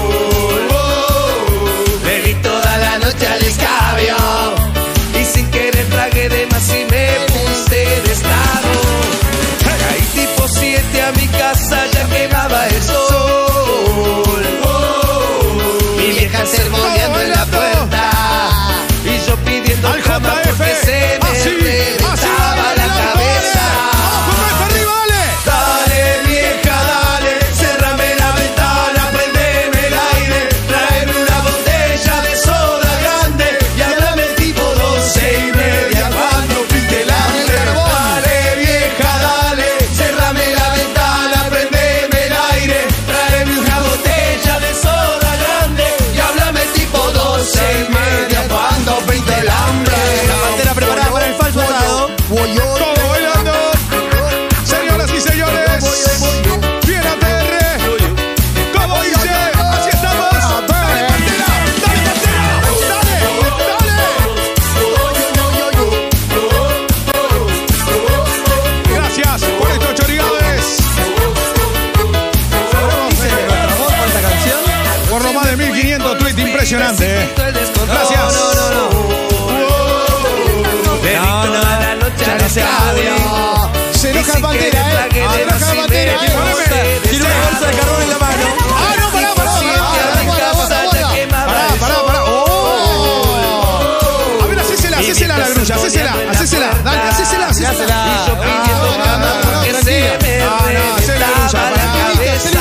Speaker 4: Oh, Le di toda la noche al escabio. Y sin querer tragué de más y me puse de estado. Caí tipo 7 a mi casa, ya quemaba el sol. Oh, Mi vieja sermoneando en la puerta. Y yo pidiendo
Speaker 6: Al
Speaker 4: cama
Speaker 6: JF.
Speaker 4: porque se
Speaker 2: Ah,
Speaker 4: me
Speaker 6: Así, así.
Speaker 4: reventaba la cabeza. Dale vieja, dale, cerrame la ventana, prendeme el aire, traeme una botella de soda grande y háblame tipo doce y media cuando pinte la Dale vieja, dale, cerrame la ventana, prendeme el aire, traeme una botella de soda grande y háblame tipo doce y media cuando pinte el hambre.
Speaker 2: La pantera preparada para el falso asado.
Speaker 6: Todo bailando. Señoras y señores. Bien ATR. Como dice, así estamos. Dale, pantera. Dale, pantera. Dale, dale. Gracias por estos chorigabes.
Speaker 4: Dice nuestra voz con esta canción.
Speaker 6: Por lo más de 1500 tweets, impresionante. eh. Gracias.
Speaker 4: No, no, no. No, no, la noche al estadio.
Speaker 6: Se enoja la bandera, eh. Enoja la bandera. Poneme.
Speaker 4: Tiene una bolsa de carbón en la mano.
Speaker 6: Ah, no, pará, pará, pará, pará, pará, pará, pará, pará. Oh. A ver, hacésela, hacésela a la grulla, hacésela, hacésela, dale, hacésela, hacésela.
Speaker 4: Y yo pidiendo
Speaker 6: Ah,
Speaker 4: cama
Speaker 6: no, no,
Speaker 4: porque
Speaker 6: no,
Speaker 4: se
Speaker 6: tranquila.
Speaker 4: me
Speaker 6: Ah, no, hacele
Speaker 4: reventaba la
Speaker 6: grulla, pará.
Speaker 4: cabeza.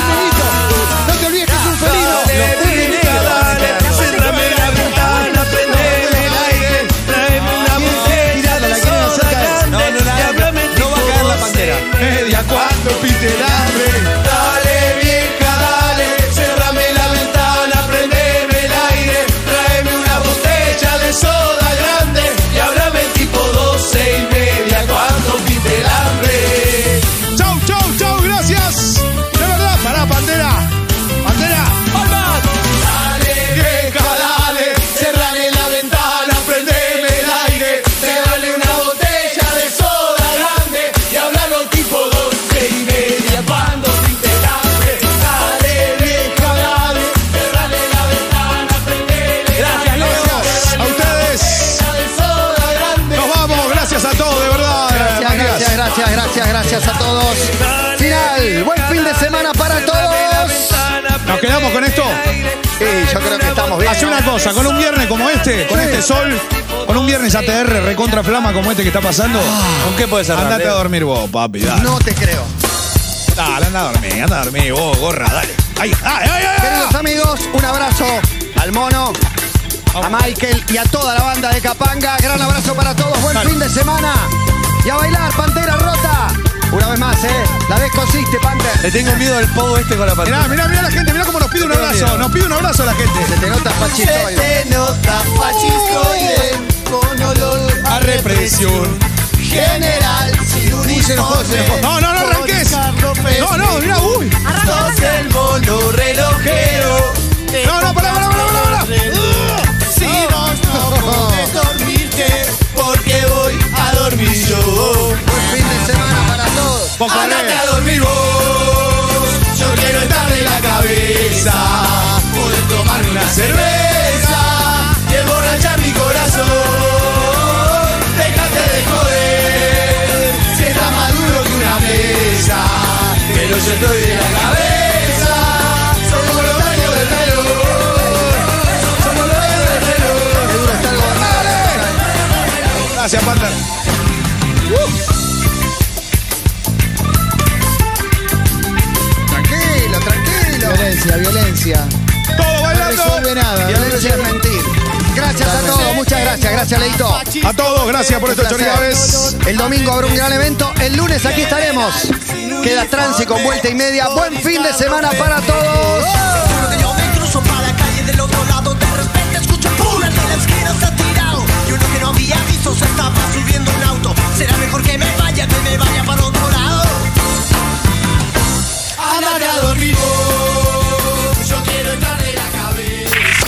Speaker 3: No te olvides que es un felino.
Speaker 4: Dale, vieja, dale, cérrame la ventana, prendeme el aire, tráeme una botella de soda grande y háblame tipo doce.
Speaker 6: Media cuando pite el hambre.
Speaker 4: Dale vieja, dale, cerrame la ventana, prendeme el aire, tráeme una botella de soda grande y háblame tipo doce y media cuando pinte el hambre.
Speaker 6: Chau, chau, chau, gracias. De verdad, pará, bandera. Bandera.
Speaker 4: Dale vieja, dale, cerrame la ventana, prendeme el aire, tráeme una botella de soda grande y háblalo tipo doce y media cuando pinte el hambre. Dale vieja, dale, cerrame la ventana, prendeme el aire.
Speaker 6: Gracias, gracias a ustedes. Nos vamos, gracias a todos, de verdad.
Speaker 2: Gracias,
Speaker 6: Matías.
Speaker 2: gracias, gracias, gracias, gracias a todos. Final, buen fin de semana para todos.
Speaker 6: Nos quedamos con esto.
Speaker 2: Sí, yo creo que estamos bien.
Speaker 6: Hace una cosa, con un viernes como este, con este sol, con un viernes ATR recontra flama como este que está pasando,
Speaker 4: ¿Con qué puedes cerrar?
Speaker 6: andate a dormir vos, papi, dale.
Speaker 2: Ah. No te creo.
Speaker 6: Dale, anda a dormir, anda a dormir vos, gorra, dale. Ay, ay, ay, ay, ay.
Speaker 2: Queridos amigos, un abrazo al mono, a Michael y a toda la banda de Capanga. Gran abrazo para todos, buen
Speaker 6: Dale.
Speaker 2: fin de semana. Y a bailar, Pantera Rota. Una vez más, ¿eh? La descosiste, Panther.
Speaker 4: Le tengo miedo al pogo este con la pantalla.
Speaker 6: Mirá, mirá, mirá la gente, mirá cómo nos pide un abrazo, nos pide un abrazo la gente.
Speaker 2: Se te nota, Pachito.
Speaker 4: Se te nota fascistoide con olor a represión.
Speaker 6: general sin uniforme.
Speaker 4: se enojó, se enojó. No, no, no arranques. No, no, mirá, uy.
Speaker 6: Sos el mono relojero.
Speaker 4: No, no, pará, pará, pará, pará, pará.
Speaker 6: Si vos no podés dormirte, porque voy a dormir yo.
Speaker 2: Buen fin de semana para todos.
Speaker 4: Vos corré.
Speaker 6: Andate a dormir vos. Yo quiero estar de la cabeza. Poder tomarme una cerveza y emborrachar mi corazón. Déjate de joder. Si estás más duro que una mesa. Pero yo estoy de la cabeza. Somos los dueños del reloj. Somos los dueños del reloj.
Speaker 2: Qué duro está el gobernador.
Speaker 4: Gracias, Panda.
Speaker 2: Tranquilo, tranquilo.
Speaker 3: Violencia, violencia.
Speaker 4: Todo
Speaker 3: No
Speaker 4: bailando.
Speaker 3: resuelve nada.
Speaker 2: Violencia es mentir. Gracias a todos, muchas gracias, gracias Leito.
Speaker 4: A todos, gracias por estos chorigabes.
Speaker 2: El domingo habrá un gran evento, el lunes aquí estaremos. Queda trance con vuelta y media. Buen fin de semana para todos.
Speaker 6: Juro que yo me cruzo para la calle del otro lado De repente escucho pura de la esquina se ha tirado Y uno que no había visto se estaba subiendo a un auto Será mejor que me vaya, que me vaya para otro lado Andate a dormir Yo quiero estar en la cabeza